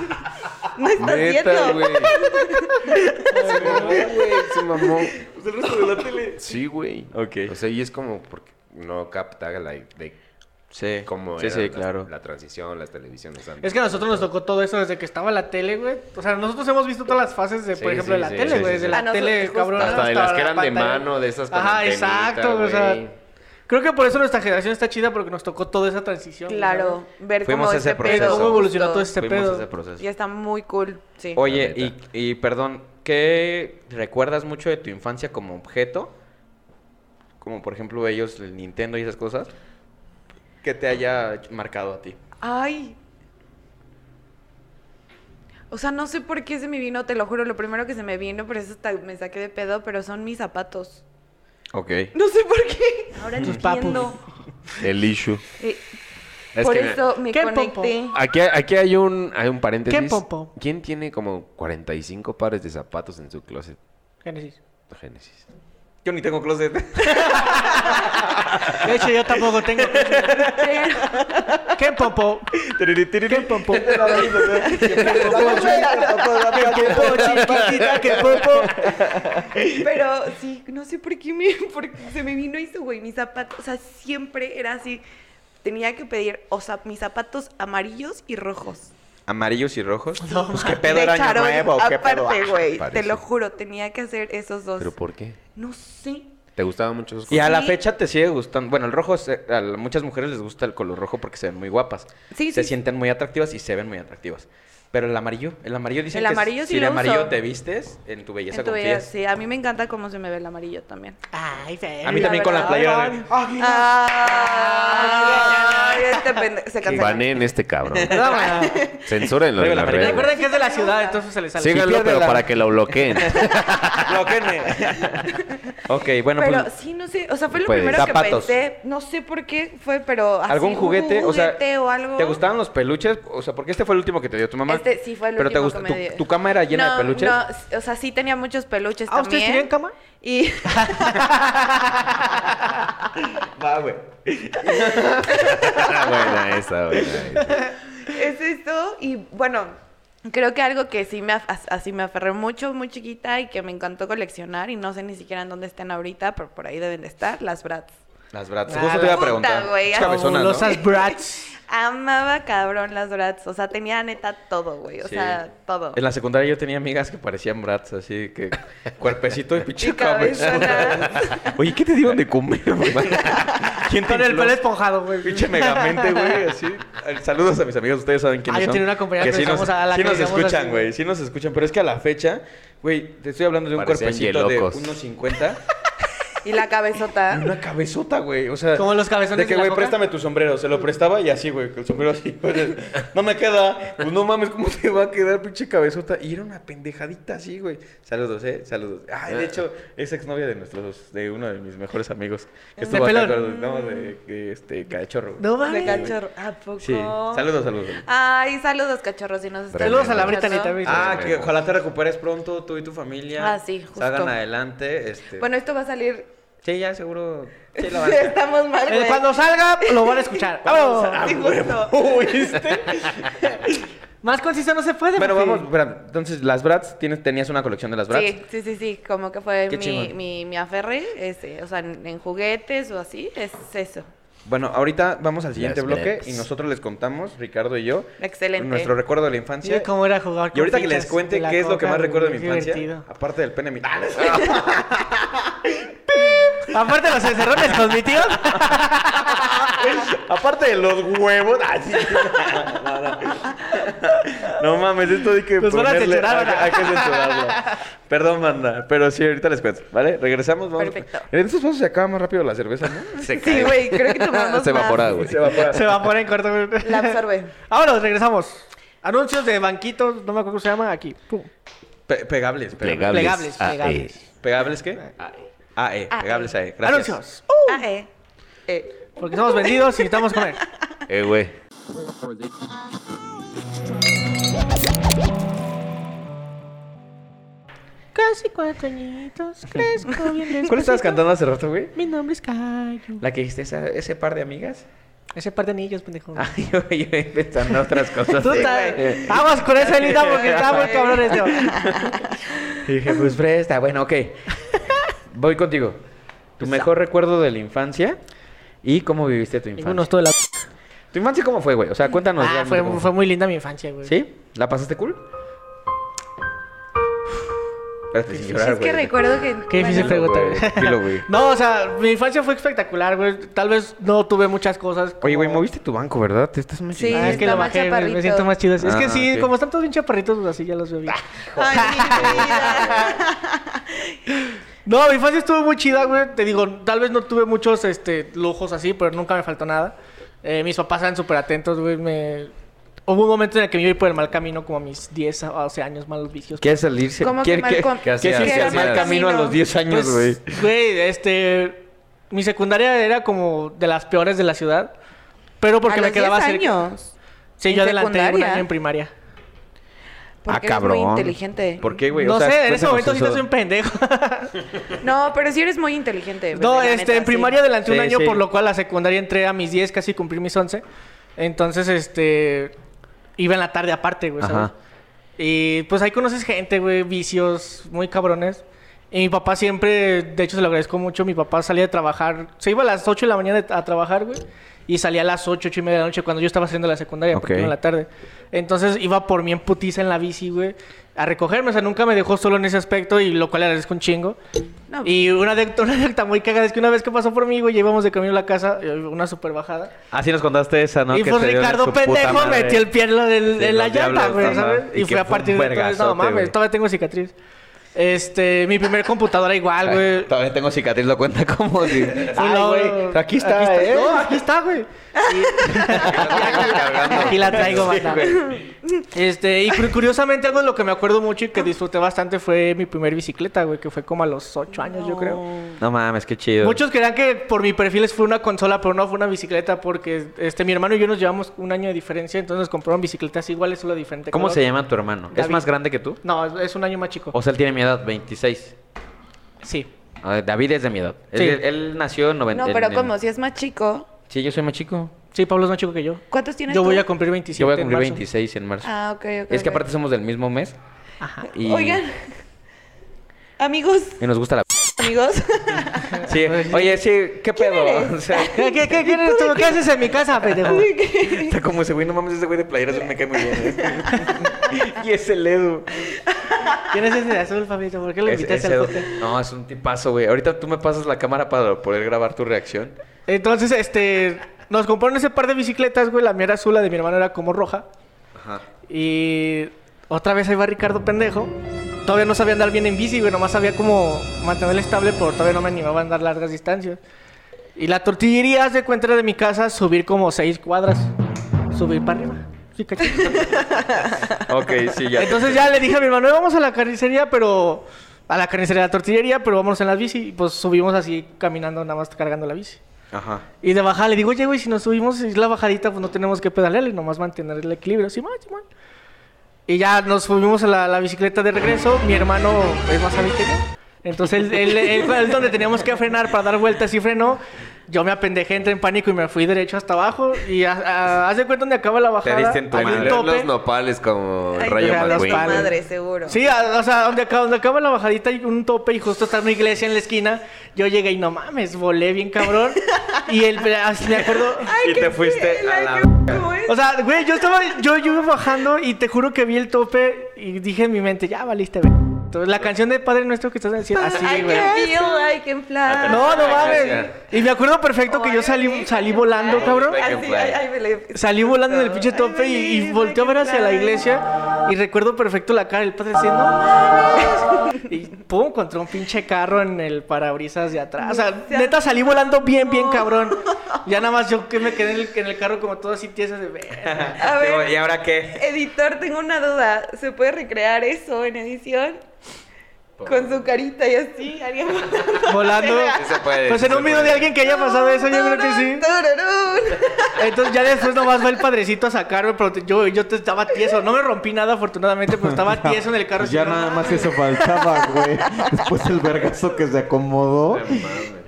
no estás
Neta,
viendo.
güey. Se mamó, güey, se mamó.
el resto de la tele.
Sí, güey.
Ok.
O sea, y es como porque no capta la de...
Sí.
Cómo
sí,
era
sí,
la,
claro.
la transición, las televisiones antes.
Es que a nosotros nos tocó todo eso desde que estaba la tele, güey. O sea, nosotros hemos visto todas las fases de, por
Sí,
ejemplo,
sí,
de la
sí,
tele,
sí,
güey.
sí,
desde
sí.
la
A nosotros-
tele
justo.
cabrona.
Hasta de las que
la
eran de
pantalla.
mano, de esas con
Ajá,
antenita,
exacto, güey, o sea.
güey.
Creo que por eso nuestra generación está chida porque nos tocó toda esa transición. güey,
Claro,
¿sabes?
ver
Fuimos
cómo
a ese
este
proceso.
pedo.
Cómo evolucionó
justo.
todo este
Fuimos
pedo.
a ese proceso.
Y está muy cool, sí.
Oye,
La
y,
neta.
y perdón, ¿qué recuerdas mucho de tu infancia como objeto? Como por ejemplo ellos, el Nintendo y esas cosas. Que te haya marcado a ti.
Ay. O sea, no sé por qué se me vino, te lo juro, lo primero que se me vino, por eso hasta me saqué de pedo, pero son mis zapatos.
Ok.
No sé por qué. Ahora
Tus
entiendo.
El issue.
Eh,
Es
por
que-
eso me
¿Qué
conecté.
Aquí, aquí hay un hay un paréntesis.
¿Qué popo?
¿Quién tiene como 45 pares de zapatos en su closet?
Génesis.
Génesis.
Yo ni tengo closet.
De hecho, yo tampoco tengo. pues,
Pero-
¿Qué popo? ¿Qué popo? chiquita, qué popo.
Pero sí, no sé por qué, me, por qué se me vino eso, güey. Mis zapatos, o sea, siempre era así. Tenía que pedir, o sea, mis zapatos amarillos y rojos.
Amarillos y rojos.
No,
pues qué pedo
De
era año
charol,
nuevo, qué pedo.
Aparte, güey, te
parece.
lo juro, tenía que hacer esos dos.
¿Pero por qué?
No sé.
¿Te gustaban mucho esos
Y a la
Sí.
fecha te sigue gustando. Bueno, el rojo, se- a la- muchas mujeres les gusta el color rojo porque se ven muy guapas.
Sí,
se
sí.
sienten muy atractivas y se ven muy atractivas. Pero el amarillo, el amarillo dice
El
que
amarillo
si
sí
el
lo
amarillo
uso.
te vistes, en tu belleza
En tu vida,
confías.
sí, a mí me encanta cómo se me ve el amarillo también.
Ay, fe.
A mí también con la
verdad.
playera de...
Ah,
Ay, este pendejo. Se cancela.
Banen este cabrón.
No, bueno.
Censúrenlo en
Recuerda
las
la verdad.
redes.
Recuerden que es de la ciudad, entonces se les sale.
Síganlo,
pierde
pero
la-
para que lo bloqueen.
Bloquenme. ok, bueno,
pero
pues...
sí, no sé, o sea, fue lo
Pues,
primero
zapatos.
que pensé, no sé por qué fue, pero así,
¿Algún
un
juguete? O sea,
juguete o algo.
¿te gustaban los peluches? O sea, porque este fue el último que te dio tu mamá.
Este sí fue el
Pero te
último
gusta-
que me
tu-
dio.
¿Tu cama era llena
No,
de peluches?
No, s- o sea, sí tenía muchos peluches
¿Ah,
también.
ustedes tenían cama?
Oh,
Y
Va, güey.
buena esa, buena esa.
es esto, y bueno, creo que algo que sí me, af- as- así me aferré mucho, muy chiquita, y que me encantó coleccionar, y no sé ni siquiera en dónde están ahorita, pero por ahí deben de estar, las Bratz.
Las brats.
Ah,
Justo te iba a
puta,
preguntar.
güey,
Es cabezona, ¿no?
Cabulosas brats.
Amaba cabrón las Bratz, o sea, tenía neta todo, güey, o
Sí.
sea, todo.
En la secundaria yo tenía amigas que parecían brats, así que cuerpecito y pinche
Y cabezona.
Oye, ¿qué te dieron de comer, güey? ¿Quién te
Con el
infló?
pelo esponjado, güey.
Pinche megamente, güey, así. Saludos a mis amigos, ustedes saben quiénes
Ah, yo
son.
tenía una compañera que
sí
nos
nos,
llamamos a la
sí
que
nos
llamamos
escuchan,
así.
güey, sí nos escuchan. Pero es que a la fecha, güey, te estoy hablando de un
Parecían
cuerpecito de
yelocos.
1.50
Y la cabezota.
y una cabezota, güey. O sea,
Como los cabezones
de que,
de la
güey,
coca.
préstame tu sombrero. Se lo prestaba y así, güey, que el sombrero así. güey, no me queda. Pues no mames, ¿cómo te va a quedar, pinche cabezota? Y era una pendejadita así, güey. Saludos, eh, saludos. Ay, de hecho, es exnovia de nuestros, de uno de mis mejores amigos.
¿De
Estuvo acá,
pelón?
con- no, de, de este, cachorro. güey.
No
De
mames.
cachorro. ¿A poco?
Sí, saludos, saludos.
Ay, saludos, cachorros, si nos están
Saludos a la
escuchando.
Brittany también.
Ah, que ojalá te recuperes pronto, tú y tu familia.
Ah, sí, justo.
Salgan adelante. Este...
Bueno, esto va a salir.
sí, ya seguro. Sí, la van a-
Estamos mal,
Eh, Ah,
güey.
Cuando salga, lo van a escuchar. ¡Vámonos!
Sí, justo.
Más conciso no se puede.
Bueno,
porque-
vamos, espérame. Entonces, las Brats, tienes, tenías una colección de las Brats.
Sí, sí, sí, sí, como que fue
Qué
mi,
chingón.
mi, mi aferre, este, o sea, en, en juguetes o así, es eso.
Bueno, ahorita vamos al siguiente
Las
bloque
Brats.
y nosotros les contamos, Ricardo y yo,
Excelente.
nuestro recuerdo de la infancia.
Sí, cómo era jugar con
Y ahorita que
fichas
les cuente
de la
qué es lo que más
coca, güey,
recuerdo de mi
qué
infancia,
divertido.
aparte del pene mi- ¡Ah, no es-
Aparte los encerrones con mi tío.
aparte de los huevos. ah, sí. no, no. No mames, esto hay que
Nos van a
ponerle-
censurar,
hay,
¿verdad?
hay que censurarlo. Perdón, banda, pero sí, ahorita les cuento, ¿vale? Regresamos, vamos.
Perfecto.
En estos pasos se acaba más rápido la cerveza, ¿no?
Se
Sí, güey, creo que tomamos
Se evapora,
más.
güey.
Se va para...
Se va a poner en corto. güey.
La absorbe.
Vámonos, regresamos. Anuncios de banquitos, no me acuerdo cómo se llama, aquí. Pum.
Pe- pegables, pegables.
Plegables.
Plegables,
Ah,
plegables.
eh.
¿Pegables qué? AE.
AE.
Pegables AE. Gracias.
Anuncios.
Ah, eh. Eh.
Porque somos vendidos y necesitamos comer.
Eh, güey.
Casi cuatro añitos, crezco bien despacito.
¿Cuál estabas cantando hace rato, güey?
Mi nombre es Cayo.
La que dijiste, esa- ese par de amigas.
Ese par de anillos, pendejo.
Ah, yo, yo pensando otras cosas.
Tú ta- Vamos con esa linda porque está muy cabrón este.
Y dije, pues presta, bueno, ok. Voy contigo. Tu mejor recuerdo de la infancia y cómo viviste tu infancia.
Unos todo la.
¿Tu infancia cómo fue, güey? O sea, cuéntanos.
Ah,
realmente
fue,
cómo
fue muy linda mi infancia, güey.
¿Sí? ¿La pasaste cool? Espérate, sin llorar,
es que
güey.
recuerdo que...
Qué difícil
bueno,
pregunta,
güey,
güey.
tranquilo, güey.
No, o sea, mi infancia fue espectacular, güey. Tal vez no tuve muchas cosas.
Oye, güey,
como-
moviste tu banco, ¿verdad? Te estás
Sí,
Ah, es que
está
lo
más
bajé, güey, me
chaparrito.
siento más chido. así. es que
Ah,
sí,
ok.
como están todos bien chaparritos, pues así ya los veo bien.
Ay, mi vida.
No, mi infancia estuvo muy chida, güey. Te digo, tal vez no tuve muchos este, lujos así, pero nunca me faltó nada. Eh, mis papás eran súper atentos, güey. Me... Hubo un momento en el que me iba a ir por el mal camino, como a mis 10 a 12 años, malos vicios.
¿Quieres salirse?
¿Cómo que
¿Quieres
mal com-
que
¿Qué
salirse
hacías?
al mal
Mal
camino a
camino.
los 10 años, güey?
Pues, güey, este... Mi secundaria era como de las peores de la ciudad. Pero porque
a
me
los
quedaba
10
cerca.
años.
Sí,
¿En
yo adelanté un
secundaria?
año en primaria.
Porque eres muy inteligente.
¿Por qué, güey?
no
O sea,
sé, en ese
cuéntanos
momento sí
eso.
estás un pendejo.
No, pero sí eres muy inteligente. güey,
No,
la
este,
neta,
en
sí.
primaria adelanté
Sí,
un año,
sí.
por lo cual la secundaria entré a mis 10, casi cumplí mis 11. Entonces, este, iba en la tarde aparte, güey, ¿sabes?
Ajá.
Y pues ahí conoces gente, güey, vicios muy cabrones. Y mi papá siempre, de hecho se lo agradezco mucho, mi papá salía de trabajar, se iba a las 8 de la mañana a trabajar, güey. Y salía a las 8, 8 y media de la noche cuando yo estaba haciendo la secundaria, porque
Ok.
iba en la tarde. Entonces iba por mí en putiza en la bici, güey, a recogerme. O sea, nunca me dejó solo en ese aspecto y lo cual le agradezco un chingo.
No,
Y una anécdota, una anécdota muy cagada es que una vez que pasó por mí, güey, ya íbamos de camino a la casa, eh, una super bajada.
Así nos contaste esa, ¿no?
y
Que
pues
te dio en
Ricardo
su puta
pendejo
madre.
metió el pie en, la- en-
Sí,
en la
los
llanta,
diablos,
güey,
ajá.
¿sabes?
Y
Y,
que
fue a
fue un
partir de entonces, no
vergazote,
mames,
güey.
todavía tengo cicatriz. Este, mi primer computadora igual, güey.
Ay, Todavía tengo cicatriz, lo cuenta como si...
Y
Ay,
luego-
güey, aquí está, ¿eh?
No, aquí está, güey. Y- Aquí la traigo,
Sí,
banda.
güey.
Este, y cu- curiosamente algo de lo que me acuerdo mucho y que disfruté bastante fue mi primer bicicleta, güey, que fue como a los 8 años, yo creo.
No mames, qué chido.
Muchos creían que por mi perfil es- fue una consola, pero no fue una bicicleta porque este mi hermano y yo nos llevamos un año de diferencia, entonces nos compraron bicicletas iguales, solo diferente.
¿Cómo
color.
se Oh. llama tu hermano? ¿Es
David.
más grande que tú?
No, es, es un año más chico.
O sea, él tiene mi edad, 26.
Sí.
Ah, David es de mi edad. Él,
Sí.
él- él nació en 90.
no, pero como si es más chico,
Sí, yo soy más chico.
Sí, Pablo es más chico que yo.
¿cuántos tienes
Yo
tú?
voy a cumplir 27
Yo voy a cumplir
en marzo.
26 en marzo.
Ah, ok, ok.
es que
ok.
aparte somos del mismo mes. Y,
Oigan, amigos,
Y nos gusta la...
amigos.
Sí. Oye, sí, ¿qué pedo? O sea,
¿Qué, qué, qué, qué eres tú? ¿Qué haces en mi casa, pendejo?
está como ese güey. No mames, ese güey de playeras me cae muy bien. ¿eh? y ese Edu.
¿Quién es ese de azul, Pablito? ¿Por qué lo
Es- ese
invitaste al
Edu.
podcast?
No, es un tipazo, güey. Ahorita tú me pasas la cámara para poder grabar tu reacción.
Entonces, este, nos compraron ese par de bicicletas, güey, la mía era azul, la de mi hermano era como roja.
Ajá.
Y otra vez ahí va Ricardo pendejo. Todavía no sabía andar bien en bici, güey. Nomás sabía cómo mantenerla estable, pero todavía no me animaba a andar largas distancias. Y la tortillería, haz de cuenta, era de mi casa, subir como seis cuadras. Subir para arriba. Sí, cachai.
Ok, sí, ya.
Entonces ya le dije a mi hermano, "Eh, vamos a la carnicería, pero... A la carnicería de la tortillería, pero vámonos en la bici. Y pues subimos así, caminando, nada más cargando la bici.
Ajá.
Y de bajada le digo, oye, güey, si nos subimos es la bajadita, pues no tenemos que pedalear y nomás mantener el equilibrio. Simón, Simón. Y ya nos subimos a la, la bicicleta de regreso. Mi hermano es más hábil que yo. Entonces, él, él- él- él donde teníamos que frenar para dar vueltas y frenó. Yo me apendejé, entré en pánico y me fui derecho hasta abajo. Y a- a- haz de cuenta donde acaba la bajada.
diste en tu
había un
madre.
tope.
Los nopales como
Ay,
Rayo
te
Rayo
mandas tu
McQueen.
McQueen.
madre, seguro.
Sí, a- o sea, donde acaba, donde acaba la bajadita hay un tope y justo está una iglesia en la esquina. Yo llegué y no mames, volé bien cabrón. y él, así me acuerdo.
y te fuiste a la...
¿Cómo es?
O sea, güey, yo estaba, yo, yo iba bajando y te juro que vi el tope y dije en mi mente, ya valiste, güey. Entonces, La canción de Padre Nuestro que estás diciendo, así,
I
güey.
can feel, I can fly.
No, no mames.
Ah, gracias.
Y me acuerdo perfecto que yo salí, salí volando, cabrón.
Así, I- I believe.
Salí volando en el pinche
I
tope y, y
believe
volteó a
I
ver
can
hacia la
fly.
iglesia y recuerdo perfecto la cara del padre diciendo, no mames". Y pum, encontré un pinche carro en el parabrisas de atrás. O sea, neta salí volando bien, bien cabrón. Ya nada más yo que me quedé en el, en el carro como todo así tiesa de ver.
A ver.
¿Y ahora qué?
Editor, tengo una duda. ¿Se puede recrear eso en edición? Con su carita y así, haría
volando.
Sí
se puede,
Pues
sí
en
se
un video
puede.
de alguien que haya pasado eso, yo creo que sí.
sí.
Entonces ya después nomás va el padrecito a sacarme, pero te- yo, yo te- estaba tieso. No me rompí nada, afortunadamente, pero estaba tieso en el carro.
Ya
así, no
nada más
mames.
eso faltaba, güey. Después el vergazo que se acomodó.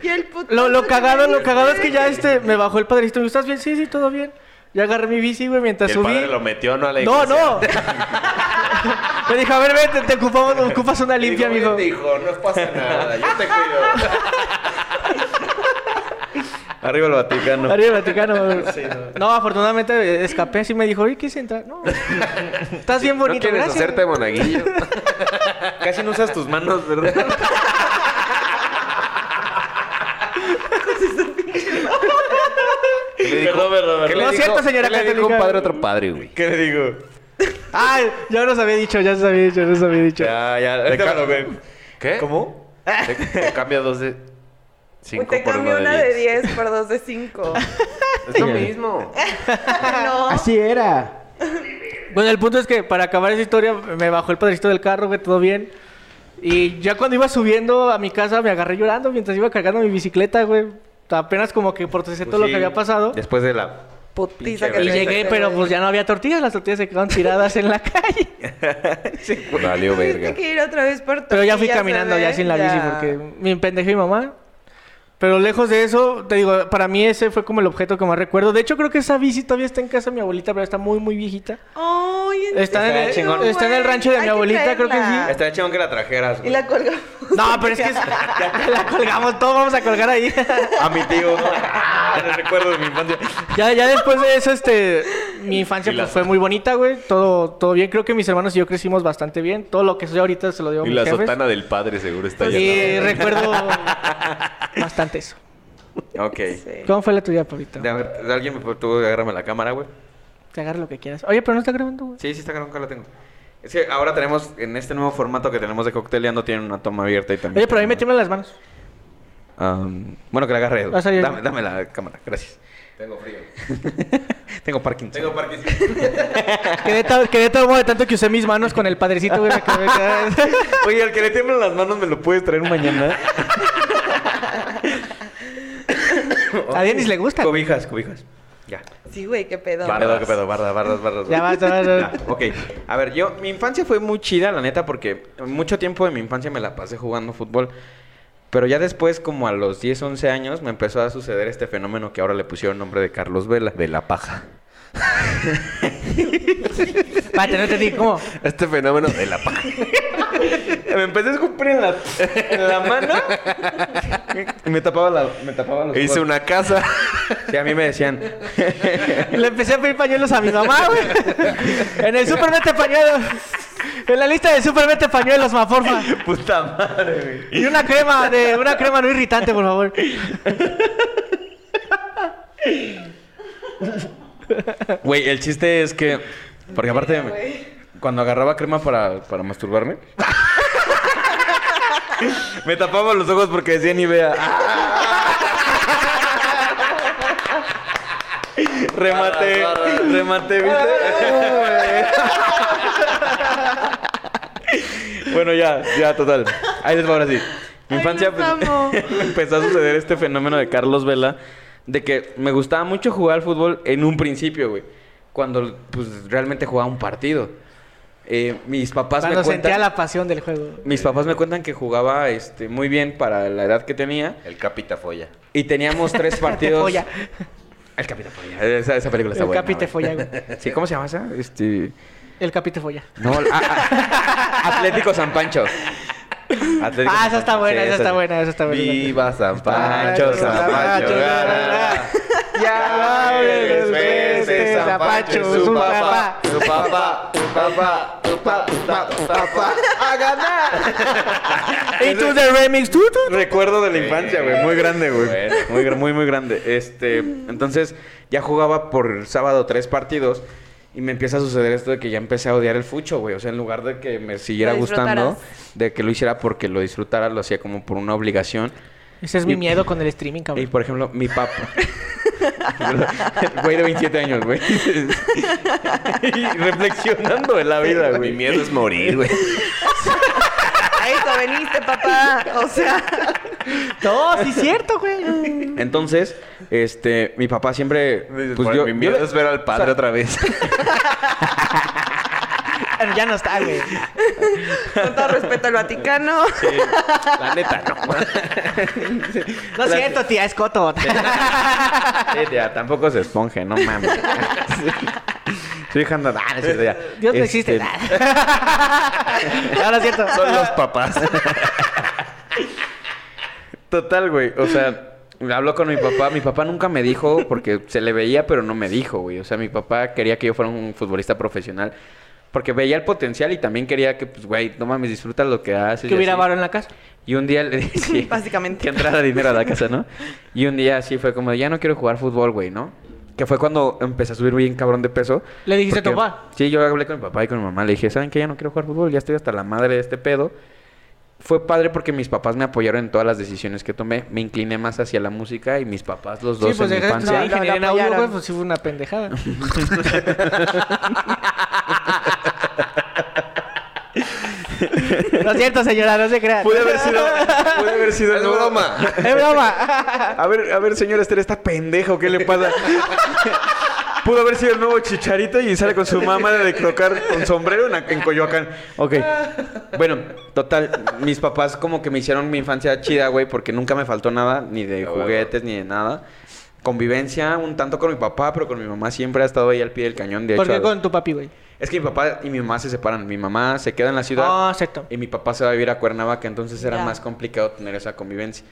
Y el puto.
Lo, lo cagado, lo cagado es que ya este, me bajó el padrecito. y me dijo, ¿Estás bien? Sí, sí, todo bien. Yo agarré mi bici, güey, mientras
El
subí.
padre lo metió, ¿no? A la
No,
iglesia.
no. Me dijo, a ver, vete, te ocupamos, ocupas una limpia, mijo.
Dijo, no pasa nada, yo te cuido.
Arriba el Vaticano.
Arriba el Vaticano. güey. no, afortunadamente eh, escapé. Así me dijo, oye, ¿quieres entrar? No. Estás bien
¿No
bonito.
quieres
gracias.
hacerte monaguillo?
Casi no usas tus manos, ¿verdad?
¿Qué le dijo,
Perdón, perdón,
¿qué
perdón.
le
No es
dijo-
cierto, señora
¿qué le dijo un
católica.
padre a otro padre, güey?
¿Qué le digo?
Ay, ya nos había dicho, ya nos había dicho, ya nos había dicho.
Ya, ya.
Te
ahorita
ca-
me lo ven.
¿Qué?
¿Cómo?
Te, te cambia dos de... Cinco
Pues Te
por
cambio
una
una de
de diez.
10 por dos de 5.
Es lo mismo.
no.
Así era.
Bueno, el punto es que para acabar esa historia me bajó el padrecito del carro, güey, todo bien. Y ya cuando iba subiendo a mi casa me agarré llorando mientras iba cargando mi bicicleta, güey. Apenas como que procesé todo lo
Pues Sí,
que había pasado.
Después de la...
Putiza que
Y
Pinche
te
llegué,
metiste,
pero
güey.
pues ya no había tortillas, las tortillas se quedaron tiradas en la calle.
Valió
Tuviste
verga.
que ir otra vez por
Pero ya fui
tortillas,
caminando
bebé,
ya sin la bici
ya.
porque me empendejé mi mamá. Pero lejos de eso, te digo, para mí ese fue como el objeto que más recuerdo. De hecho, creo que esa bici todavía está en casa de mi abuelita, pero está muy, muy viejita.
Ay, ¿en
Está en
el-
serio, güey?
está en el rancho de mi
Hay que
abuelita, creo que
traerla.
sí.
Está chingón que la trajeras,
Y
güey.
la colgamos.
No, pero es que es- ya la colgamos, todos vamos a colgar ahí.
A mi tío. ¿no? Ah, los recuerdos de mi infancia.
ya, ya después de eso, este, mi infancia
Y
pues,
la-
fue muy bonita, güey. Todo, todo bien. Creo que mis hermanos y yo crecimos bastante bien. Todo lo que soy ahorita se lo dio a
Y
mis
la
jefes.
sotana del padre seguro está allá.
Y recuerdo bastante eso.
Ok.
Sí.
¿Cómo fue la tuya, Pablito?
De- a ver, alguien me tú agárrame la cámara, güey.
Te agarra lo que quieras. Oye, pero no está grabando, güey.
Sí, sí está grabando, acá la tengo. Es que ahora tenemos, en este nuevo formato que tenemos de cocteleando, tienen una toma abierta y también.
Oye, pero ahí me tiemblan las manos.
Am, bueno, que la agarre. Edu.
Ah, sí, ya.
Dame, dame la cámara, gracias.
Tengo frío.
Tengo Parkinson.
Parkinson.
Quedé tan quedé traumado de tanto que usé mis manos con el padrecito, güey. me acabé de quedar-
Oye, al que le tiemblan las manos, ¿me lo puedes traer mañana?
A Denis le gusta.
Cobijas, cobijas. Ya.
Sí, güey, qué pedo.
Bardas. Pedo, qué pedo, bardas, bardas, bardas.
Ya basta, basta.
Ya, ok. A ver, yo, mi infancia fue muy chida, la neta, porque mucho tiempo de mi infancia me la pasé jugando fútbol. Pero ya después, como a los 10, 11 años, me empezó a suceder este fenómeno que ahora le pusieron nombre de Carlos Vela.
De la paja.
Espérate, no te digo cómo.
Este fenómeno de la paja.
Me empecé a escupir en la, en la mano. Y me tapaba, la, me tapaba los
Hice
ojos.
una casa.
Sí, a mí me decían.
Le empecé a pedir pañuelos a mi mamá, güey. En el super vete pañuelos. En la lista de super vete pañuelos, maforma.
Puta madre, güey.
Y una crema, de una crema no irritante, por favor.
Güey, el chiste es que. Porque aparte, cuando agarraba crema para, para masturbarme, me tapaba los ojos porque decía ni vea. remate, remate, ¿viste? bueno, ya, ya, total. Ahí les va ahora sí. Mi
Ay,
infancia
los amo.
me empezó a suceder este fenómeno de Carlos Vela, de que me gustaba mucho jugar al fútbol en un principio, güey. Cuando pues realmente jugaba un partido. Eh, mis papás
Cuando
me cuentan,
sentía la pasión del juego.
mis papás me cuentan que jugaba este muy bien para la edad que tenía
El capita folla.
y teníamos tres
Te
partidos.
folla.
El Capitán Folla. Esa, esa película está
El
buena.
Capi te
güey.
folla, güey.
Sí, ¿cómo se llama esa? Este
El capi te folla.
no, a- a- Atlético San Pancho. Atlético
Ah,
San
esa está
Pancho.
buena,
Sí,
esa está buena, esa está buena.
Viva San
Pancho, San
Ah,
Pancho, ah,
gana.
Ya va,
Tres
güey,
veces
este
San Pancho, su papá, su papá, su papá, su papá, su papá, su papá, a ganar.
ah.
Into the remix. tú, tú.
Recuerdo de la infancia, güey. Muy grande, güey.
Bueno.
Muy, gra- muy, muy grande. Este, entonces, ya jugaba por sábado tres partidos. Y me empieza a suceder esto de que ya empecé a odiar el fucho, güey. O sea, en lugar de que me siguiera
Lo disfrutaras.
gustando, de que lo hiciera porque lo disfrutara, lo hacía como por una obligación.
Ese es mi
Y-
miedo con el streaming,
Y pues-
cabrón.
por ejemplo, mi papá. güey de 27 años, güey. y reflexionando de la vida,
Mi
güey.
miedo es morir, güey.
A eso veniste, papá. O sea,
No, sí es cierto, güey.
Entonces, este, mi papá siempre. Pues yo,
mi
yo
miedo
le-
es ver al padre otra vez.
Pero Ah, ya no está, güey.
con todo respeto al Vaticano.
la neta, no.
No es cierto, tía, es coto.
Sí, tía, tampoco se esponje, no mames. Estoy dejando. Ah, no es cierto, ya.
Dios no
Este,
existe. Ahora es cierto.
Son los papás.
Total, güey. O sea, Habló con mi papá. Mi papá nunca me dijo, porque se le veía, pero no me dijo, güey. O sea, mi papá quería que yo fuera un futbolista profesional. Porque veía el potencial y también quería que, pues, güey, no mames, disfruta lo que haces.
Que
y
hubiera
así.
varo en la casa.
Y un día le dije...
Básicamente.
Que entrara dinero a la casa, ¿no? Y un día así fue como, ya no quiero jugar fútbol, güey, ¿no? Que fue cuando empecé a subir bien cabrón de peso.
¿Le dijiste a tu
porque-
papá?
Sí, yo hablé con mi papá y con mi mamá. Le dije, ¿saben qué? Ya no quiero jugar fútbol, ya estoy hasta la madre de este pedo. Fue padre porque mis papás me apoyaron en todas las decisiones que tomé. Me incliné más hacia la música y mis papás, los dos
Sí, pues
en mi
dejaste
infancia...
estudiar
Lo- lo
ingeniería en audio,
apoyaron.
güey, pues sí fue una pendejada. Lo siento, señora, no se crea.
Pude haber sido... Pude haber sido...
¡Es broma!
Es broma.
A ver, a ver, señor Esther, está pendejo, ¿qué le pasa? Pudo haber sido el nuevo chicharito y sale con su mamá de crocar con sombrero en, en Coyoacán. Ok.
Ah,
Bueno, total, mis papás como que me hicieron mi infancia chida, güey, porque nunca me faltó nada, ni de
Ah, bueno.
juguetes, ni de nada. Convivencia, un tanto con mi papá, pero con mi mamá siempre ha estado ahí al pie del cañón. De
¿Por
hecho,
qué
a-
con tu papi, güey?
Es que mi papá y mi mamá se separan. Mi mamá se queda en la ciudad.
Ah, acepto.
Y mi papá se va a vivir a Cuernavaca, entonces era
Ya.
más complicado tener esa convivencia.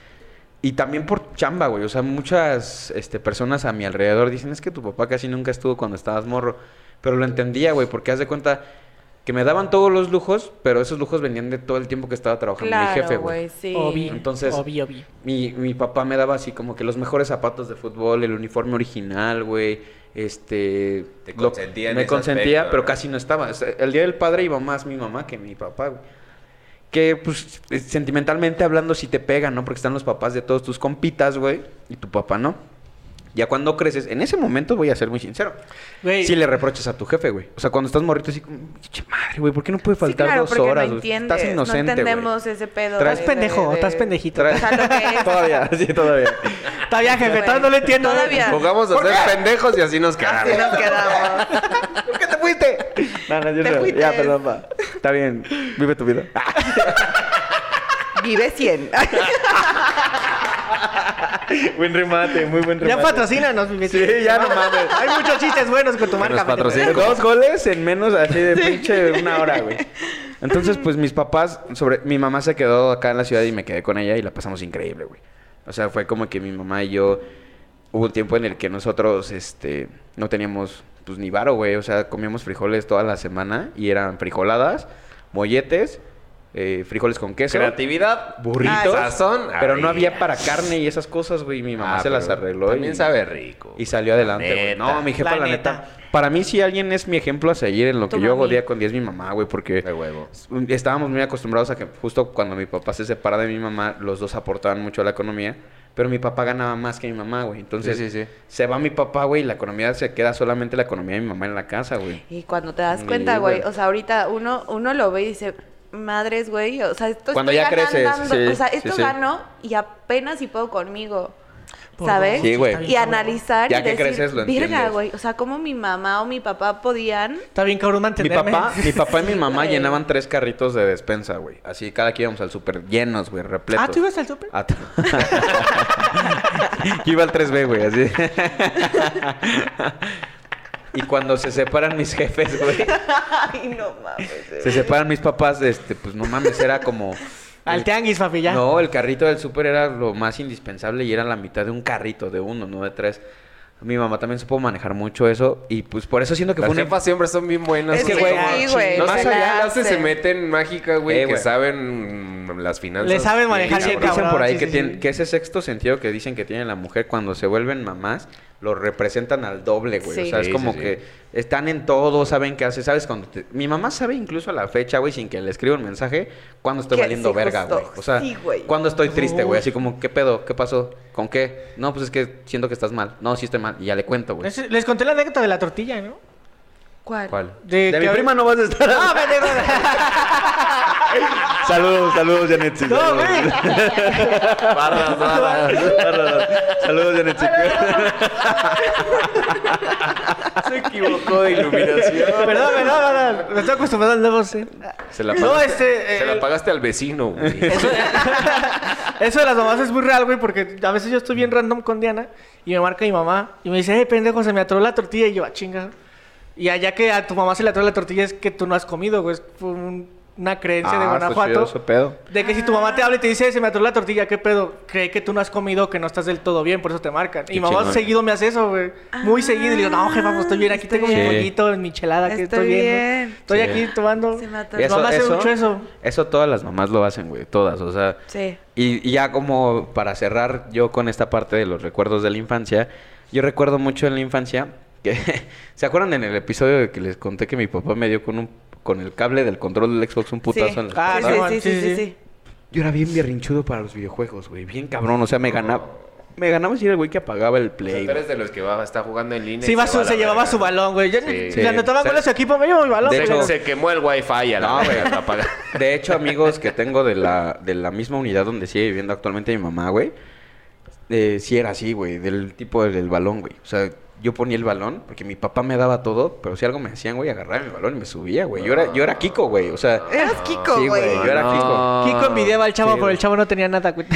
Y también por chamba, güey. O sea, muchas este, personas a mi alrededor dicen, es que tu papá casi nunca estuvo cuando estabas morro. Pero lo entendía, güey, porque haz de cuenta que me daban todos los lujos, pero esos lujos venían de todo el tiempo que estaba trabajando mi jefe,
Claro,
güey.
güey, sí.
Obi.
Entonces-
Obi, obi.
Mi, mi papá me daba así como que los mejores zapatos de fútbol, el uniforme original, güey. Este.
Te
lo-
consentía en
Me
ese
consentía,
aspecto,
pero
¿no?
casi no estaba. O sea, el día del padre iba más mi mamá que mi papá, güey. Que, pues, eh, sentimentalmente hablando, sí te pegan, ¿no? Porque están los papás de todos tus compitas, güey, y tu papá no. Ya cuando creces, en ese momento voy a ser muy sincero.
Güey.
Sí le reproches a tu jefe, güey. O sea, cuando estás morrito, así como, "Che madre, güey, ¿por qué no puede faltar
sí, claro,
dos
porque
horas?
no
güey?
entiendes,
estás inocente,
No
güey".
entendemos ese pedo.
Traes
de- de-
pendejo,
de-
estás pendejito.
O sea, lo que es.
Todavía, sí, todavía.
Todavía, jefe, todavía no lo entiendo. ¿eh?
Todavía.
Jugamos a ser pendejos y así nos quedamos.
Así nos quedamos.
¿Por qué te fuiste? No, no, yo
Te
no.
fuiste.
Ya, perdón, pa. Está bien. Vive tu vida.
Vive 100.
buen remate, muy buen
Ya patrocínanos, mi
Sí, ya no mames.
Hay muchos chistes buenos con tu marca.
nos patrocina.
vete,
Dos goles en menos así de pinche una hora, güey. Entonces, pues mis papás, sobre mi mamá se quedó acá en la ciudad y me quedé con ella y la pasamos increíble, güey. O sea, fue como que mi mamá y yo hubo un tiempo en el que nosotros este no teníamos pues ni varo, güey, o sea, comíamos frijoles toda la semana y eran frijoladas, molletes, eh, frijoles con queso.
Creatividad,
burritos,
Ah, sazón.
pero no
arriba.
había para carne y esas cosas, güey. y Mi mamá
Ah,
se las
pero
arregló.
También
y,
sabe rico.
Y salió adelante,
La
güey.
neta.
No, mi jefa, la,
La
neta.
neta.
Para mí, si alguien es mi ejemplo a seguir en lo
Tu
que yo hago
mami.
día con día es mi mamá, güey, porque
De huevo.
estábamos muy acostumbrados a que justo cuando mi papá se separa de mi mamá, los dos aportaban mucho a la economía. Pero mi papá ganaba más que mi mamá, güey. Entonces,
Sí, sí, sí.
se va mi papá, güey, y la economía se queda solamente la economía de mi mamá en la casa, güey.
Y cuando te das
Sí,
cuenta, güey,
güey.
o sea, ahorita uno, uno lo ve y dice, madres, güey, o sea, esto
Cuando
estoy
ya creces,
ganando,
sí,
o sea,
sí,
esto
sí.
gano y apenas si puedo conmigo,
Por
¿sabes?
dos,
Sí, güey.
Y analizar
Ya
y
que
decir,
creces, lo
verga,
entiendes".
güey, o sea, cómo mi mamá o mi papá podían,
Está bien cabrón
Mi
mantenerme.
papá, mi papá y mi
Sí,
mamá
güey.
llenaban tres carritos de despensa, güey. Así cada que íbamos al súper llenos, güey, repletos.
Ah, ¿tú ibas al súper?
Ah, t- Yo iba al 3B, güey, así. y cuando se separan mis jefes, güey,
ay, no mames.
se separan mis papás, este, pues no mames, era como...
Al tianguis, papi, ya.
No, el carrito del súper era lo más indispensable y era la mitad de un carrito, de uno, no de tres. Mi mamá también supo manejar mucho eso y pues por eso siento que
Las
fue un...
jefas siempre son bien buenas.
Es que, güey, sí, güey,
No
se
sé, ya
la
se, se
hacen.
meten en mágica, güey,
Eh,
que
güey.
saben mm, las finanzas.
Le saben manejar
Dicen,
bien,
dicen
cabrón,
por ahí
sí,
que,
sí,
tienen-
sí.
que es ese sexto sentido que dicen que tiene la mujer cuando se vuelven mamás, lo representan al doble, güey. O
Sí.
sea, es
Sí,
como
sí, sí.
que están en todo, saben qué hace, sabes cuando te- Mi mamá sabe incluso a la fecha, güey, sin que le escriba un mensaje, cuando estoy
Que
valiendo
sí,
verga,
justo.
güey. O sea,
Sí, güey.
cuando estoy triste, güey.
Uy.
Así como, ¿qué pedo? ¿Qué pasó? ¿Con qué? No, pues es que siento que estás mal. No, sí estoy mal. Y ya le cuento, güey.
Es- Les conté la anécdota de la tortilla, ¿no?
¿Cuál?
De, mi
que- Ah,
prima no vas a estar.
No, pendejo.
saludos, saludos, Janet.
No, güey.
Barras, barras.
Saludos, Janet.
Se equivocó de iluminación.
Perdón, perdón, perdón. Me estoy acostumbrado al nuevo ser.
Se la
No,
pagaste,
este,
se
eh,
la pagaste al vecino, güey.
Eso de las mamás es muy real, güey, porque a veces yo estoy bien random con Diana y me marca mi mamá y me dice, hey, pendejo, se me atoró la tortilla y yo, ah, chinga. Y allá que a tu mamá se le atoró la tortilla es que tú no has comido, güey. Es fue un una creencia de
Ah, está
Guanajuato.
chido ese pedo.
De que si tu mamá te habla y te dice, se me atoró la tortilla, ¿qué pedo? Cree que tú no has comido, que no estás del todo bien, por eso te marcan. Y
Qué
mamá
chingón.
seguido me hace eso, güey.
Ah,
Muy seguido. Y le digo, no, jefa, pues estoy bien, aquí
Estoy
tengo mi
bien.
pollito, mi chelada, que
Estoy
estoy bien. güey.
bien.
Estoy
Sí.
aquí tomando.
Se me atoró.
Mi
Eso-
mamá hace mucho eso.
Eso todas las mamás lo hacen, güey. Todas, o sea.
Sí.
Y, y ya como para cerrar yo con esta parte de los recuerdos de la infancia, yo recuerdo mucho en la infancia que se acuerdan en el episodio de que les conté que mi papá me dio con un con el cable del control del Xbox un putazo
Sí.
en la
Ah,
espalda?
sí, sí,
no,
sí,
sí,
sí,
sí.
sí.
Yo era bien berrinchudo para los videojuegos, güey, bien cabrón, o sea, me ganaba me ganaba si era el güey que apagaba el
O sea,
play.
Pues tú eres de los que va, está jugando en línea. y
Sí, iba su-
va a la
se llevaba
verga.
su balón, güey. Yo
Sí.
le anotaban
Sí.
goles a su equipo, me llevo mi balón.
De
Se-
hecho-
se quemó el wifi a la
No, güey.
verga, apaga.
De hecho, amigos que tengo de la, de la misma unidad donde sigue viviendo actualmente mi mamá, güey, eh, sí era así, güey, del tipo del, del balón, güey. O sea, yo ponía el balón porque mi papá me daba todo, pero si algo me hacían, güey, agarraba mi balón y me subía, güey. Yo era, yo era Kiko, güey, o sea...
Eras Kiko,
Ah, Sí, güey,
güey.
yo era Kiko.
Kiko envidiaba al chavo,
Sí,
pero
güey.
el chavo no tenía nada, güey.